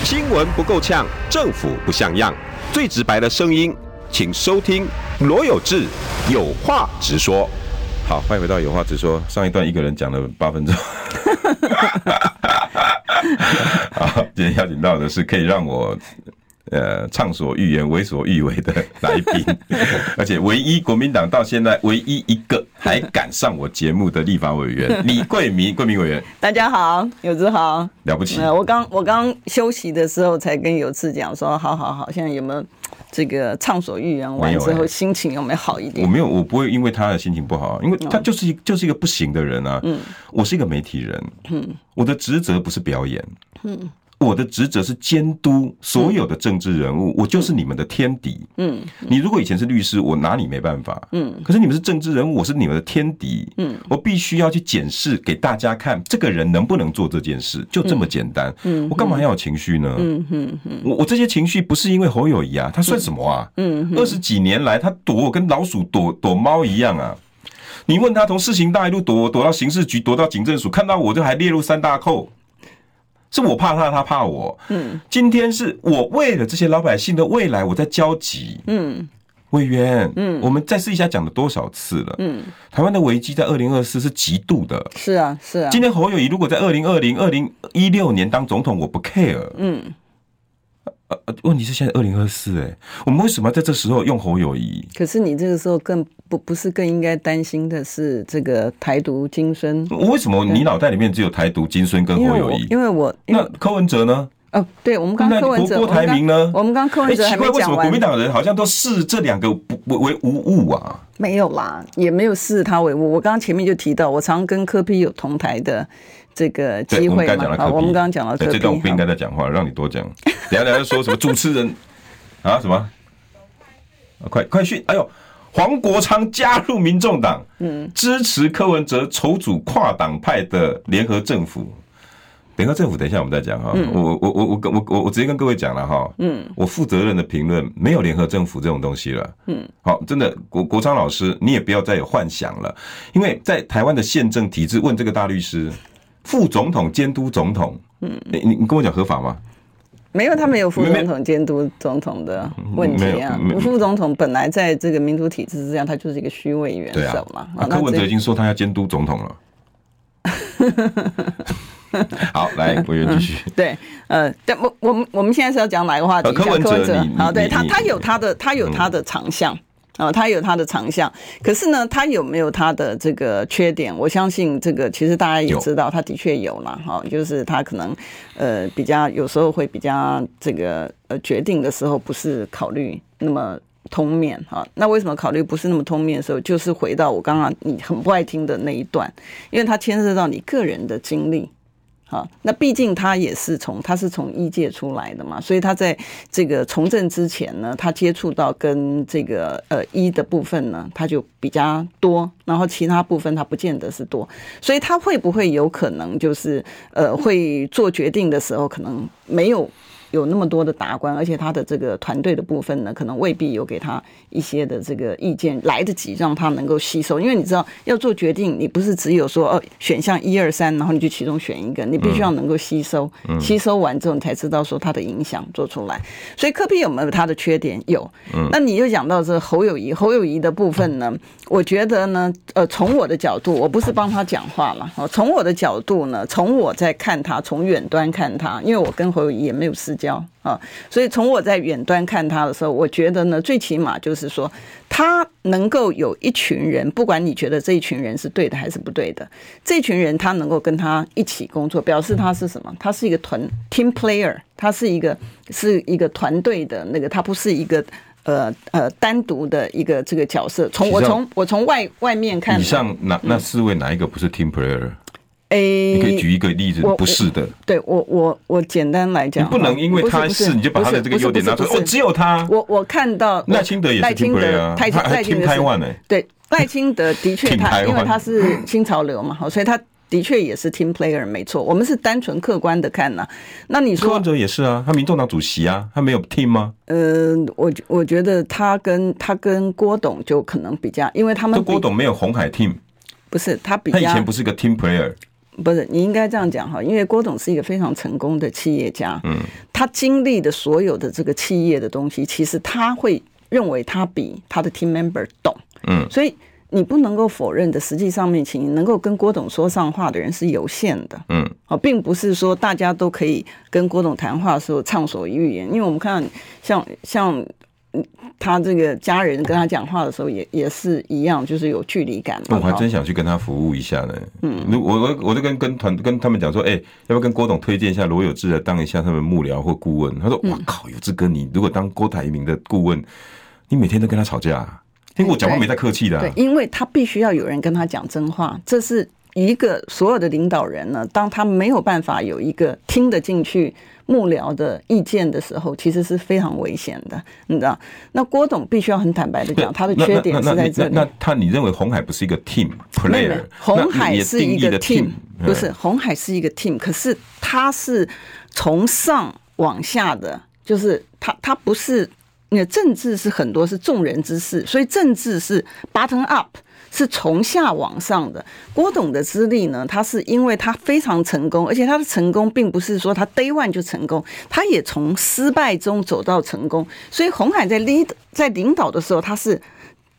D: 新闻不够呛，政府不像样，最直白的声音，请收听罗有志有话直说。
A: 好，欢迎回到有话直说。上一段一个人讲了八分钟。好，今天邀请到的是可以让我呃畅所欲言、为所欲为的来宾， 而且唯一国民党到现在唯一一个还敢上我节目的立法委员李桂明，桂明委员
B: 大家好，有志好。
A: 了不起
B: 呃，我刚我刚休息的时候才跟有志讲说，好好好，现在有没有这个畅所欲言
A: 没
B: 完
A: 有
B: 之
A: 哎
B: 后心情有没有好一
A: 我
B: 点？
A: 没有，我不会因为他的心情不好，啊因为他就是一就是一个不行的人啊。哦嗯，我是一个媒体人，嗯，我的职责不是表演，嗯，我的职责是监督所有的政治人物，我就是你们的天敌，嗯，你如果以前是律师，我拿你没办法，嗯，可是你们是政治人物，我是你们的天敌，嗯，我必须要去检视给大家看，这个人能不能做这件事，就这么简单，嗯，我干嘛要有情绪呢？嗯我我这些情绪不是因为侯友谊啊，他算什么啊？嗯，二十几年来他躲我跟老鼠躲躲猫一样啊。你问他从事情大一路躲躲到刑事局，躲到警政署，看到我就还列入三大扣，是我怕他，他怕我。嗯，今天是我为了这些老百姓的未来，我在焦急。嗯。委员，嗯，我们再试一下讲了多少次了？嗯，台湾的危机在二零二四是极度的，
B: 是啊，是啊，
A: 今天侯友谊如果在二零二零、二零一六年当总统，我不 care。嗯。呃，呃问题是现在二零二四，哎，我们为什么要在这时候用侯友谊？
B: 可是你这个时候更不不是更应该担心的是这个台独今生，
A: 我为什么你脑袋里面只有台独、金孙跟
B: 因
A: 侯
B: 为
A: 友
B: 我
A: 谊？
B: 因为我因为
A: 那柯文哲呢？
B: 哦，对我们刚
A: 那
B: 柯文
A: 国
B: 哲，
A: 郭台铭呢？
B: 我们刚我们刚柯文哲
A: 哎
B: 还
A: 奇
B: 没
A: 怪，为什
B: 讲
A: 么
B: 完
A: 国民，党人好像都视这两个不不为无物啊？
B: 没有啦，也没有视他为物。我刚刚前面就提到，我常跟柯批有同台的这个
A: 对，
B: 机
A: 我们刚
B: 会嘛
A: 讲了。
B: 好，
A: 柯
B: 我们
A: 比
B: 刚刚讲到
A: 对
B: 柯
A: 这
B: 批，
A: 段我不应该
B: 好
A: 再讲话，让你多讲。等一下等一下说什么主持人 啊什么？啊快快去！哎呦，黄国昌加入民众党，嗯，支持柯文哲筹组跨党派的联合政府。联合政府，等一下我们再讲哈。
B: 嗯
A: 我我我我跟我我我直接跟各位讲了哈。嗯，我负责任的评论，没有联合政府这种东西了。嗯，好，真的，国国昌老师，你也不要再有幻想了，因为在台湾的宪政体制，问这个大律师，副总统监督总统，嗯，你你你跟我讲合法吗？
B: 没有，他没有副
A: 没没
B: 总统监督总统的问题啊
A: 没有没。
B: 副总统本来在这个民主体制之下，他就是一个虚位元
A: 对啊
B: 首嘛。，
A: 啊
B: 那
A: 柯文
B: 这
A: 哲已经说他要监督总统了。好，来，委员继续。
B: 对，呃，但我我们我们现在是要讲哪一个话题？
A: 呃柯
B: 讲
A: 文哲你你
B: 好，对
A: 你
B: 他
A: 你嗯
B: 他有他的他有他的长项。啊、他有他的长项，可是呢，他有没有他的这个缺点？我相信这个，其实大家也
A: 有
B: 知道，他的确有啦，哈、就是他可能，呃，比较有时候会比较这个，呃，决定的时候不是考虑那么通面哈。那为什么考虑不是那么通面的时候，就是回到我刚刚你很不爱听的那一段，因为它牵涉到你个人的经历。啊，那毕竟他也是从他是从医界出来的嘛，所以他在这个从政之前呢，他接触到跟这个呃医的部分呢，他就比较多，然后其他部分他不见得是多，所以他会不会有可能就是呃会做决定的时候可能没有有那么多的达观，而且他的这个团队的部分呢，可能未必有给他一些的这个意见来得及让他能够吸收，因为你知道要做决定，你不是只有说哦选项一二三，然后你就其中选一个，你必须要能够吸收，吸收完之后你才知道说它的影响做出来。所以科比有没有他的缺点？有。那你就讲到这侯友谊，侯友谊的部分呢，我觉得呢，呃，从我的角度，我不是帮他讲话了，哦，从我的角度呢，从我在看他，从远端看他，因为我跟侯友谊也没有私交啊，所以从我在远端看他的时候，我觉得呢，最起码就是说，他能够有一群人，不管你觉得这一群人是对的还是不对的，这群人他能够跟他一起工作，表示他是什么？他是一个团 team player，他是一个是一个团队的那个，他不是一个。呃呃，单独的一个这个角色，从我
A: 以上
B: 从我从外外面看，嗯
A: 以上哪那四位哪一个不是 team player？
B: 诶，
A: 你可以举一个例子
B: 我，
A: 不是的，
B: 对我我我简单来
A: 你
B: 讲哈，啊
A: 不能因为他
B: 不
A: 是你就把他的这个优点拿出来，哦，只。有他
B: 不是不是不是不是不是不是我我看到
A: 赖清德也是
B: 赖清
A: team player
B: 德
A: 啊，
B: 赖清
A: 他还
B: 赖清
A: team
B: 德是
A: Taiwan 欸
B: 对赖清德的确
A: team
B: 他因为
A: Taiwan
B: 他是新潮流嘛，好，哦所以他的确也是 team player 没错。我们是单纯客观的看呐、那你
A: 柯
B: 说
A: 文哲也是啊，他民众党主席啊，他没有 team 吗？
B: 呃，我觉我觉得他跟他跟郭董就可能比较，因为他们
A: 这
B: 比
A: 郭董没有红海 team，
B: 不是他比
A: 他
B: 较
A: 以前不是个 team player，
B: 不是，你应该这样讲哈，因为郭董是一个非常成功的企业家，嗯，他经历的所有的这个企业的东西，其实他会认为他比他的 team member 懂，嗯，所以你不能够否认的，实际上面，请能够跟郭董说上话的人是有限的，
A: 嗯，
B: 哦，并不是说大家都可以跟郭董谈话的时候畅所欲言，因为我们看像像他这个家人跟他讲话的时候也，也是一样，就是有距离感
A: 那
B: 嘛。
A: 我还
B: 哈
A: 真想去跟他服务一下呢。嗯，我我我就跟跟团跟他们讲说，哎、要不要跟郭董推荐一下罗有志来当一下他们幕僚或顾问？他说，
B: 嗯
A: 哇靠，有志哥，你如果当郭台铭的顾问，你每天都跟他吵架、啊，因为我讲话
B: 对
A: 没在客气的、
B: 哎对
A: 啊，。
B: 因为他必须要有人跟他讲真话，这是一个所有的领导人呢，当他没有办法有一个听得进去幕僚的意见的时候，其实是非常危险的，你知道？那郭董必须要很坦白的
A: 对
B: 讲，他的
A: 那
B: 缺点
A: 那那
B: 是在
A: 那
B: 这里
A: 那。那他，你认为红海不是一个 team
B: 没有
A: player？
B: 红
A: 那
B: 海
A: 你也
B: 是
A: 定
B: 一
A: 义
B: 个
A: 的
B: team，不是
A: 嗯
B: 红海是一个 team，可是它是从上往下的，就是它它不是，那政治是很多是众人之事，所以政治是 bottom up。是从下往上的。郭董的资历呢，他是因为他非常成功，而且他的成功并不是说他 day one 就成功，他也从失败中走到成功。所以红海在 lead 在领导的时候，他是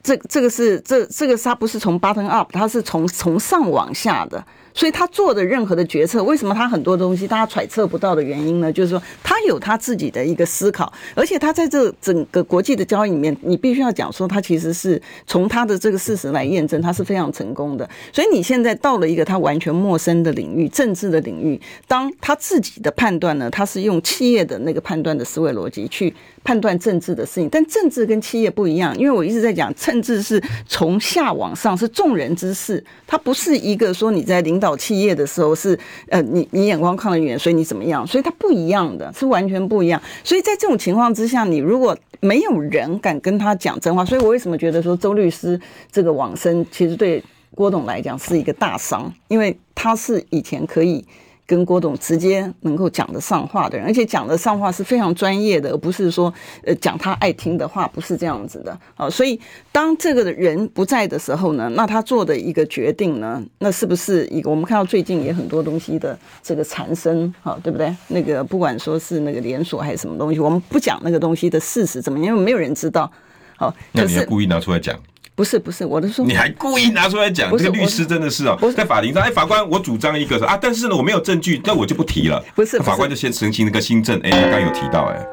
B: 这这个是这这个是他不是从 bottom up，他是从从上往下的，所以他做的任何的决策，为什么他很多东西大家揣测不到的原因呢？就是说他有他自己的一个思考，而且他在这整个国际的交易里面，你必须要讲说他其实是从他的这个事实来验证，他是非常成功的。所以你现在到了一个他完全陌生的领域，政治的领域，当他自己的判断呢，他是用企业的那个判断的思维逻辑去判断政治的事情，但政治跟企业不一样，因为我一直在讲，政治是从下往上，是众人之事，它不是一个说你在领导企业的时候是呃你你眼光看得远，所以你怎么样，所以它不一样的，是完全不一样。所以在这种情况之下，你如果没有人敢跟他讲真话，所以我为什么觉得说周律师这个往生其实对郭董来讲是一个大伤，因为他是以前可以。跟郭董直接能够讲得上话的人，而且讲得上话是非常专业的，而不是说呃讲他爱听的话，不是这样子的啊、所以当这个人不在的时候呢，那他做的一个决定呢，那是不是一个我们看到最近也很多东西的这个缠身，好、对不对？那个不管说是那个连锁还是什么东西，我们不讲那个东西的事实怎么样，因为没有人知道。好、
A: 那
B: 可
A: 你还
B: 是
A: 故意拿出来讲？
B: 不是不是我的说
A: 你还故意拿出来讲，
B: 不
A: 这
B: 是
A: 个律师真的是哦
B: 不，是
A: 在法庭上，哎，法官，我主张一个说啊，但是呢，我没有证据，那我就不提了。
B: 不是
A: 那法
B: 不是
A: 官就先澄清那个新证，哎，你刚刚有提到，哎，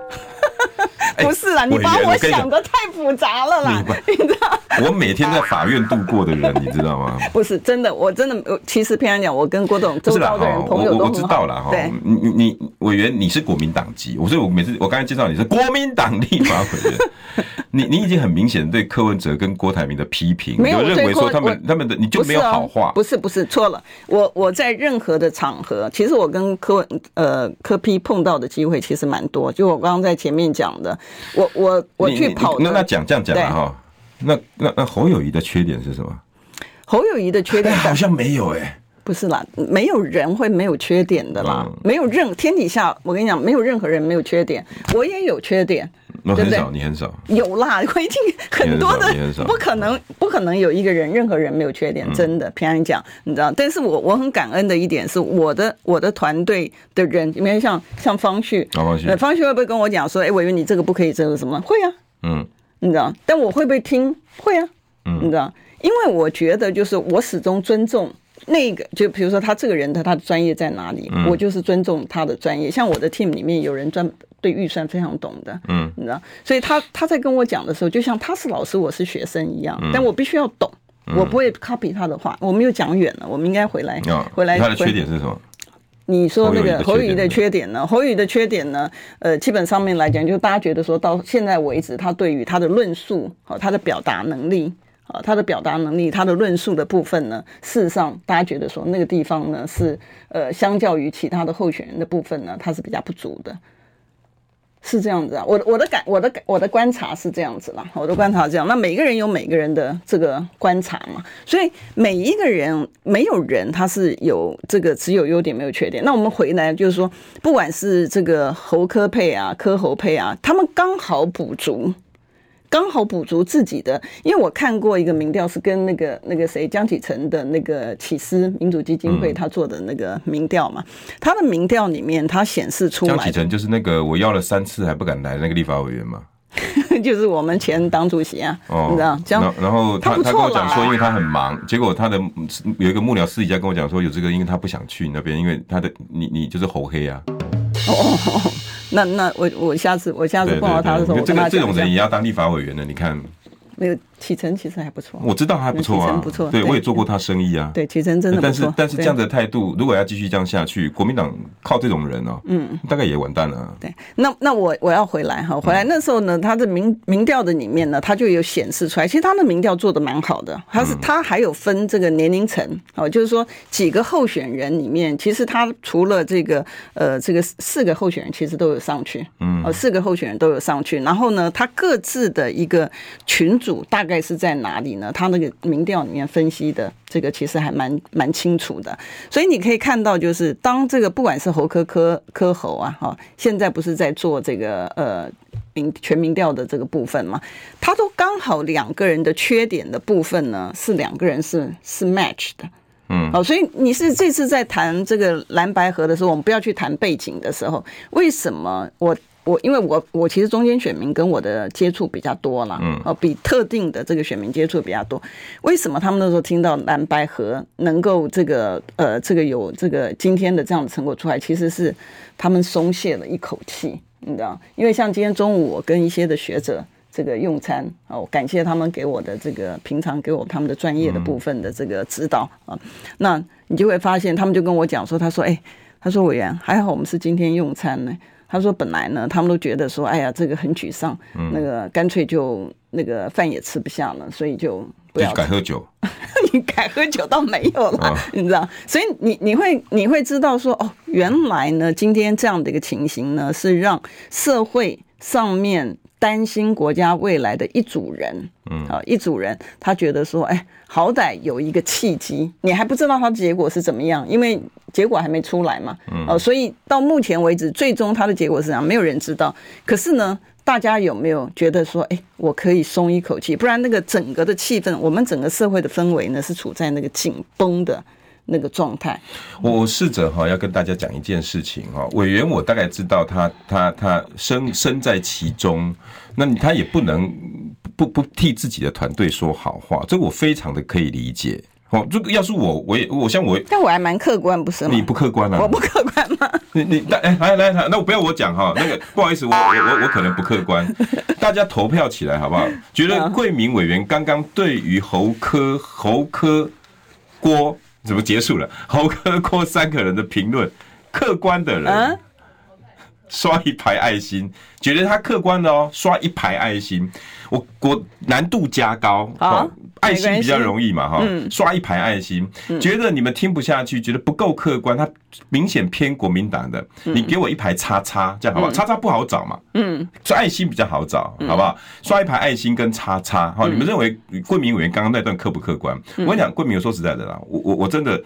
B: 不是啦，
A: 哎
B: 你把
A: 委员
B: 我
A: 跟你讲
B: 想的太复杂了啦，你知道。
A: 我每天在法院度过的 人，你知道吗？
B: 不是真的，我真的我其实平常讲，我跟郭董
A: 不
B: 周
A: 是啦
B: 遭的
A: 哈，
B: 人
A: 我
B: 朋友
A: 我
B: 都
A: 我知
B: 很
A: 道
B: 好。
A: 啦哈
B: 对，，
A: 你你你委员你是国民党籍，我所以我每次我刚才介绍你是国民党立法委 员，你你已经很明显对柯文哲跟郭台铭的批评，
B: 没有
A: 你就
B: 我
A: 认
B: 对
A: 为说
B: 郭
A: 他们
B: 我
A: 他们的你就
B: 不是
A: 没有
B: 哦
A: 好话，
B: 不是不是错了，我我在任何的场合，其实我跟柯文呃柯批碰到的机会其实蛮多，就我刚刚在前面讲的，我我我
A: 你
B: 去
A: 你
B: 跑
A: 那那
B: 的
A: 讲这样讲了哈，那那那侯友谊的缺点是什么？
B: 侯友谊的 缺
A: 哎，
B: 点
A: 好像没有哎，
B: 不是啦，没有人会没有缺点的啦，
A: 嗯
B: 没有任天底下，我跟你讲，没有任何人没有缺点，我也有缺点，
A: 那
B: 对
A: 很
B: 不对
A: 少，你很少。
B: 有啦，我已经很多的
A: 你很少你很少，嗯
B: 不可能，不可能有一个人，任何人没有缺点，真的。平常讲，你知道，但是我我很感恩的一点是，我的我的团队的人，因为像像方旭，
A: 啊方旭
B: 呃方旭会不会跟我讲说，哎，委员你这个不可以，这个什么？会啊，
A: 嗯，
B: 你知道，但我会不会听？会啊，
A: 嗯
B: 你知道，因为我觉得就是我始终尊重那个，就比如说他这个人他他的专业在哪里，
A: 嗯
B: 我就是尊重他的专业。像我的 team 里面有人专对预算非常懂的，
A: 嗯，
B: 你知道，所以他他在跟我讲的时候，就像他是老师，我是学生一
A: 嗯
B: 样，但我必须要懂。我不会 copy 他的话，我们又讲远了，我们应该回来
A: 啊，
B: 回来。
A: 他的缺
B: 回
A: 点是什么？
B: 你说那个
A: 侯
B: 侯
A: 友
B: 友
A: 宜
B: 谊
A: 的
B: 的
A: 缺
B: 缺点呢？侯友宜的缺点呢？呃，基本上面来讲，就是大家觉得说到现在为止，他对于他的论述和他的表达能力。啊，他的表达能力，他的论述的部分呢，事实上大家觉得说那个地方呢是呃，相较于其他的候选人的部分呢，他是比较不足的，是这样子啊。我的我的感我的我的观察是这样子啦，我的观察是这样。那每个人有每个人的这个观察嘛，所以每一个人没有人他是有这个只有优点没有缺点。那我们回来就是说，不管是这个侯科配啊、柯侯配啊，他们刚好补足。刚好补足自己的，因为我看过一个民调，是跟那个那个谁江启臣的那个启思民主基金会他做的那个民调嘛，他的民调里面他显示出来
A: 江
B: 的
A: 启臣就是那个我要了三次还不敢来那个立法委员嘛。
B: 就是我们前党主席啊，
A: 哦，
B: 你知道，
A: 然
B: 江
A: 后然后他
B: 他不
A: 他跟我
B: 错啦
A: 讲说，因为他很忙，结果他的有一个幕僚私底下跟我讲说，有这个，因为他不想去你那边，因为他的你你就是猴黑啊，
B: 哦那那我我下次我下次
A: 对对
B: 碰到他的时候，
A: 对，
B: 我
A: 这
B: 跟
A: 个
B: 他
A: 这
B: 讲
A: 种
B: 一下
A: 人也要当立法委员的，你看，
B: 没有启程其实还不错，
A: 我知道他不错
B: 那启
A: 啊，
B: 程不错
A: 对
B: 对
A: 我也做过他生意啊，
B: 对启程真的不
A: 但是
B: 错，
A: 但是这样
B: 对
A: 的态度，如果要继续这样下去，国民党靠这种人哦，嗯，大概也完蛋了啊。
B: 对，那那我我要回来哈，回来那时候呢，他的民民调的里面呢，他就有显示出来，其实他的民调做的蛮好的，他是他还有分这个年龄层哦，就是说几个候选人里面，其实他除了这个呃这个四个候选人其实都有上去，嗯，哦四个候选人都有上去，然后呢，他各自的一个群组大概是在哪里呢？他那个民调里面分析的这个其实还蛮蛮清楚的，所以你可以看到，就是当这个不管是侯科科科侯啊，哈，现在不是在做这个呃民全民调的这个部分嘛，他都刚好两个人的缺点的部分呢，是两个人是是 match 的。嗯，哦，所以你是这次在谈这个蓝白河的时候，我们不要去谈背景的时候，为什么我我因为我我其实中间选民跟我的接触比较多啦，嗯，哦，比特定的这个选民接触比较多，为什么他们那时候听到蓝白河能够这个呃这个有这个今天的这样的成果出来，其实是他们松懈了一口气，你知道？因为像今天中午我跟一些的学者这个用餐啊，我感谢他们给我的这个平常给我他们的专业的部分的这个指导啊，那你就会发现他们就跟我讲说，他说哎、他说委员还好我们是今天用餐呢。他说本来呢，他们都觉得说，哎呀，这个很沮丧，那个干脆就那个饭也吃不下了，所以就不
A: 就去
B: 要吃
A: 改喝酒，
B: 你改喝酒倒没有啦，
A: 哦
B: 你知道，所以你你会你会知道说，哦，原来呢，今天这样的一个情形呢，是让社会上面担心国家未来的一组人，嗯，啊，一组人，他觉得说，哎，好歹有一个契机，你还不知道他的结果是怎么样，因为结果还没出来嘛，
A: 嗯
B: 哦、所以到目前为止，最终他的结果是怎样，没有人知道。可是呢，大家有没有觉得说，哎，我可以松一口气？不然那个整个的气氛，我们整个社会的氛围呢，是处在那个紧绷的那个状态。
A: 我我试着哈要跟大家讲一件事情哈，委员我大概知道他他他身身在其中，那你他也不能不不替自己的团队说好话，这我非常的可以理解哦，这个要是我，我也我像我，
B: 但我还蛮客观，不是吗？
A: 你不客观啊，
B: 我不客观吗？
A: 你你大哎来来来，那我不要我讲哈，那个不好意思，我我我我可能不客观，大家投票起来好不好？觉得桂明委员刚刚对于侯科侯科郭怎么结束了？侯科郭三个人的评论，客观的人
B: 嗯
A: 刷一排爱心，觉得他客观的哦，刷一排爱心，我我难度加高，
B: 好
A: 哦爱
B: 没
A: 心
B: 关
A: 比
B: 系嗯
A: 较容易嘛哈，刷一排爱心，觉得你们听不下去，觉得不够客观，他明显偏国民党的，
B: 嗯
A: 你给我一排叉叉，这样好不好？叉叉不好找嘛，嗯，爱心比较好找，
B: 嗯
A: 好不好？刷一排爱心跟叉叉，哈，你们认为桂明委员刚刚那段客不客观？
B: 嗯
A: 我跟你讲，桂明，我说实在的啦，我我我真的。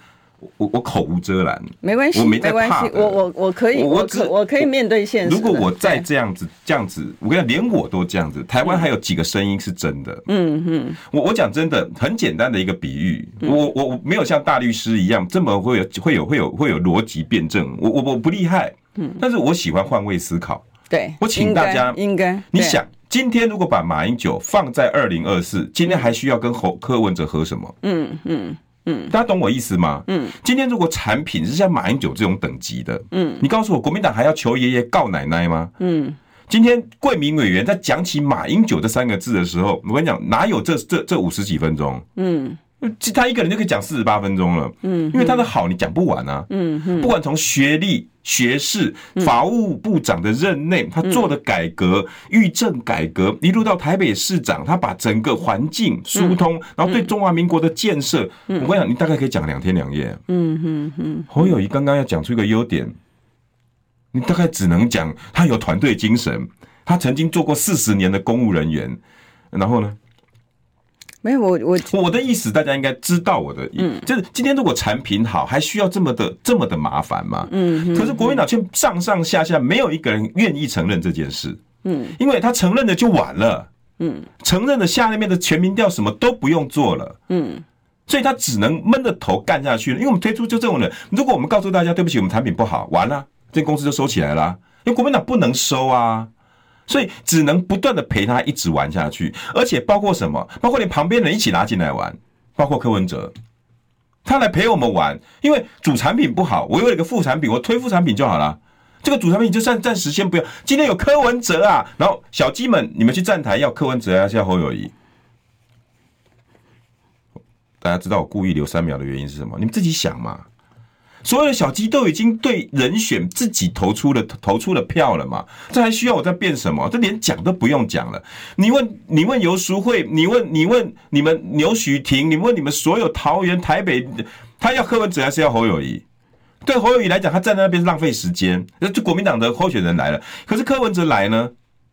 A: 我我口无遮拦，
B: 没关系，
A: 我没在
B: 没关
A: 怕
B: 系
A: 的，
B: 我我我可以，
A: 我
B: 我
A: 只
B: 可我可以面对现实的。
A: 如果我再
B: 对
A: 这样子这样子，我跟你讲，连我都这样子。台湾还有几个声音是真的。嗯嗯，我我讲真的，很简单的一个比喻，我我我没有像大律师一样这么会有会有会有会有逻辑辩证，我我我不厉害。嗯，但是我喜欢换位思考。
B: 对，
A: 我请
B: 应该
A: 大家
B: 应该
A: 你
B: 对
A: 想，今天如果把马英九放在二零二四，今天还需要跟侯柯文哲合什么？嗯嗯嗯，大家懂我意思吗？嗯，今天如果产品是像马英九这种等级的，嗯，你告诉我，国民党还要求爷爷告奶奶吗？嗯。今天桂明委员在讲起马英九这三个字的时候，我跟你讲，哪有这这这五十几分钟？
B: 嗯
A: 其他一个人就可以讲四十八分钟了，嗯，因为他的好你讲不完啊，嗯，不管从学历、学士、法务部长的任内，他做的改革、预政改革，一路到台北市长，他把整个环境疏通，然后对中华民国的建设，我跟你讲，你大概可以讲两天两夜，嗯嗯嗯。侯友谊刚刚要讲出一个优点，你大概只能讲他有团队精神，他曾经做过四十年的公务人员，然后呢？
B: 没有我我
A: 我的意思，大家应该知道我的意，就是今天如果产品好，还需要这么的这么的麻烦吗？嗯，可是国民党却上上下下没有一个人愿意承认这件事，嗯，因为他承认了就晚了，嗯，承认了下面的全民调什么都不用做了，嗯。所以他只能闷着头干下去了，因为我们推出就这种人。如果我们告诉大家对不起，我们产品不好，完了，这公司就收起来啦。因为国民党不能收啊，所以只能不断的陪他一直玩下去，而且包括什么？包括连旁边人一起拉进来玩，包括柯文哲，他来陪我们玩，因为主产品不好，我有一个副产品，我推副产品就好了。这个主产品就暂暂时先不要。今天有柯文哲啊，然后小鸡们，你们去站台要柯文哲啊，是要侯友谊。大家知道我故意留三秒的原因是什么？你们自己想嘛。所有的小鸡都已经对人选自己投出了投出了票了嘛，这还需要我再变什么？这连讲都不用讲了。你问你问游淑慧，你问你问你们牛许婷，你问你们所有桃园、台北，他要柯文哲还是要侯友谊？对侯友谊来讲，他站在那边是浪费时间。那就国民党的候选人来了，可是柯文哲来呢，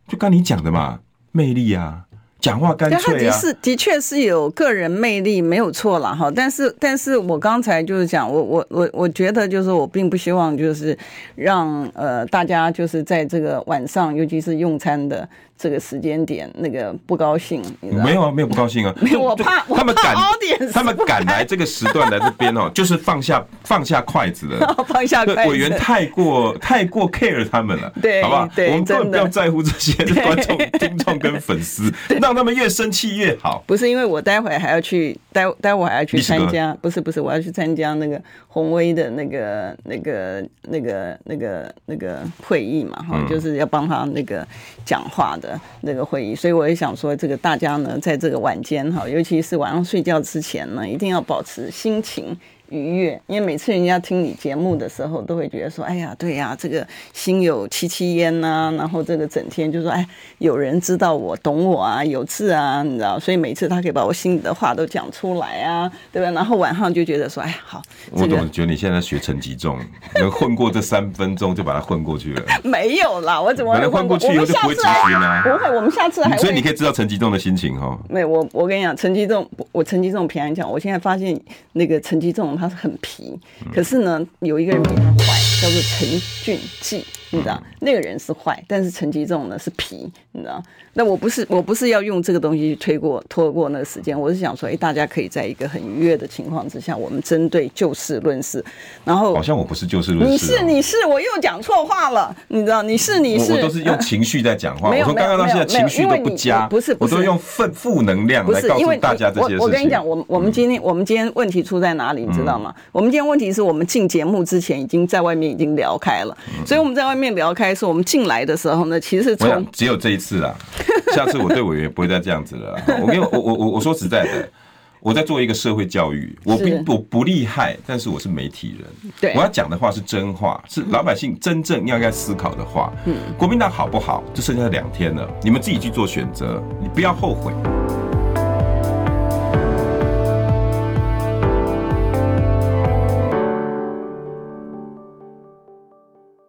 A: 就刚你讲的嘛，魅力啊，讲话干
B: 但他
A: 脆
B: 的
A: 啊。
B: 是的确是有个人魅力，没有错了哈。但是，但是我刚才就是讲，我我我我觉得就是我并不希望就是让呃大家就是在这个晚上，尤其是用餐的这个时间点，那个不高兴，你知道
A: 没有啊，没有不高兴啊。
B: 没有我
A: 就
B: 怕
A: 他们
B: 我怕
A: 敢
B: audience
A: 他们敢来这个时段来这边哦，就是放下放下筷子了。
B: 放下
A: 对
B: 筷子
A: 委员太过太过 care 他们了，
B: 对
A: 好不好？
B: 对
A: 我们根本
B: 真
A: 不
B: 的
A: 要在乎这些 观 众、听众跟粉丝，让他们越生气越好。
B: 不是因为我待会还要去，待待会还要去
A: 历史
B: 参
A: 课
B: 加，不是不是，我要去参加那个宏威的那个那个那个那个那个会议嘛，哈、就是要帮他那个讲话的那个会议，所以我也想说，这个大家呢，在这个晚间哈，尤其是晚上睡觉之前呢，一定要保持心情。愉悦，因为每次人家听你节目的时候，都会觉得说：“哎呀，对呀，这个心有戚戚焉呐、然后这个整天就说：“哎，有人知道我、懂我啊，有志啊，你知道。”所以每次他可以把我心里的话都讲出来啊， 对吧？然后晚上就觉得说：“哎，好，
A: 我
B: 这个
A: 总觉得你现在学成绩重，能混过这三分钟就把它混过去了，
B: 没有啦，我怎么
A: 把
B: 会
A: 它混过去
B: 我
A: 以后
B: 们
A: 就
B: 下
A: 不会
B: 次
A: 咨
B: 还
A: 询啦。
B: 不会，我们下次还会。
A: 所以你可以知道陈吉仲的心情哦。
B: 没有，我我跟你讲，陈吉仲，我我陈吉仲平安讲，我现在发现那个陈吉仲他是很皮，
A: 嗯
B: 可是呢，有一个人比他坏，叫做陈俊记，你
A: 嗯
B: 知道，那个人是坏，但是陈吉仲呢是皮，你知道。那我不是我不是要用这个东西去推过拖过那个时间，我是想说，哎，大家可以在一个很愉悦的情况之下，我们针对就事论事，然后
A: 好像我不是哦就事论
B: 你
A: 事
B: 是
A: 哦，
B: 你是，我又讲错话了，你知道，你是你是，
A: 我我都是用
B: 呃
A: 情绪在讲话。
B: 没
A: 我
B: 有
A: 从刚刚到现在情绪都不
B: 没有没有因为
A: 加，
B: 你不是不
A: 我
B: 是
A: 都用负负能量
B: 不
A: 来
B: 是
A: 告
B: 因
A: 诉
B: 为
A: 大家这些嗯
B: 我跟你讲，我们我们今天、我们今天问题出在哪里，你知道吗？我们今天问题是我们进节目之前已经在外面已经聊开了，所以我们在外面聊开的时候，我们进来的时候呢，其实是
A: 嗯我
B: 从
A: 想只有这一次 啦，下次我对委员不会再这样子了啦。啊我跟我我我我说实在的，我在做一个社会教育，我
B: 是
A: 并我不厉害，但是我是媒体人，
B: 对嗯
A: 我要讲的话是真话，是老百姓真正要该思考的话。嗯，国民党好不好？就剩下两天了，你们自己去做选择，你不要后悔。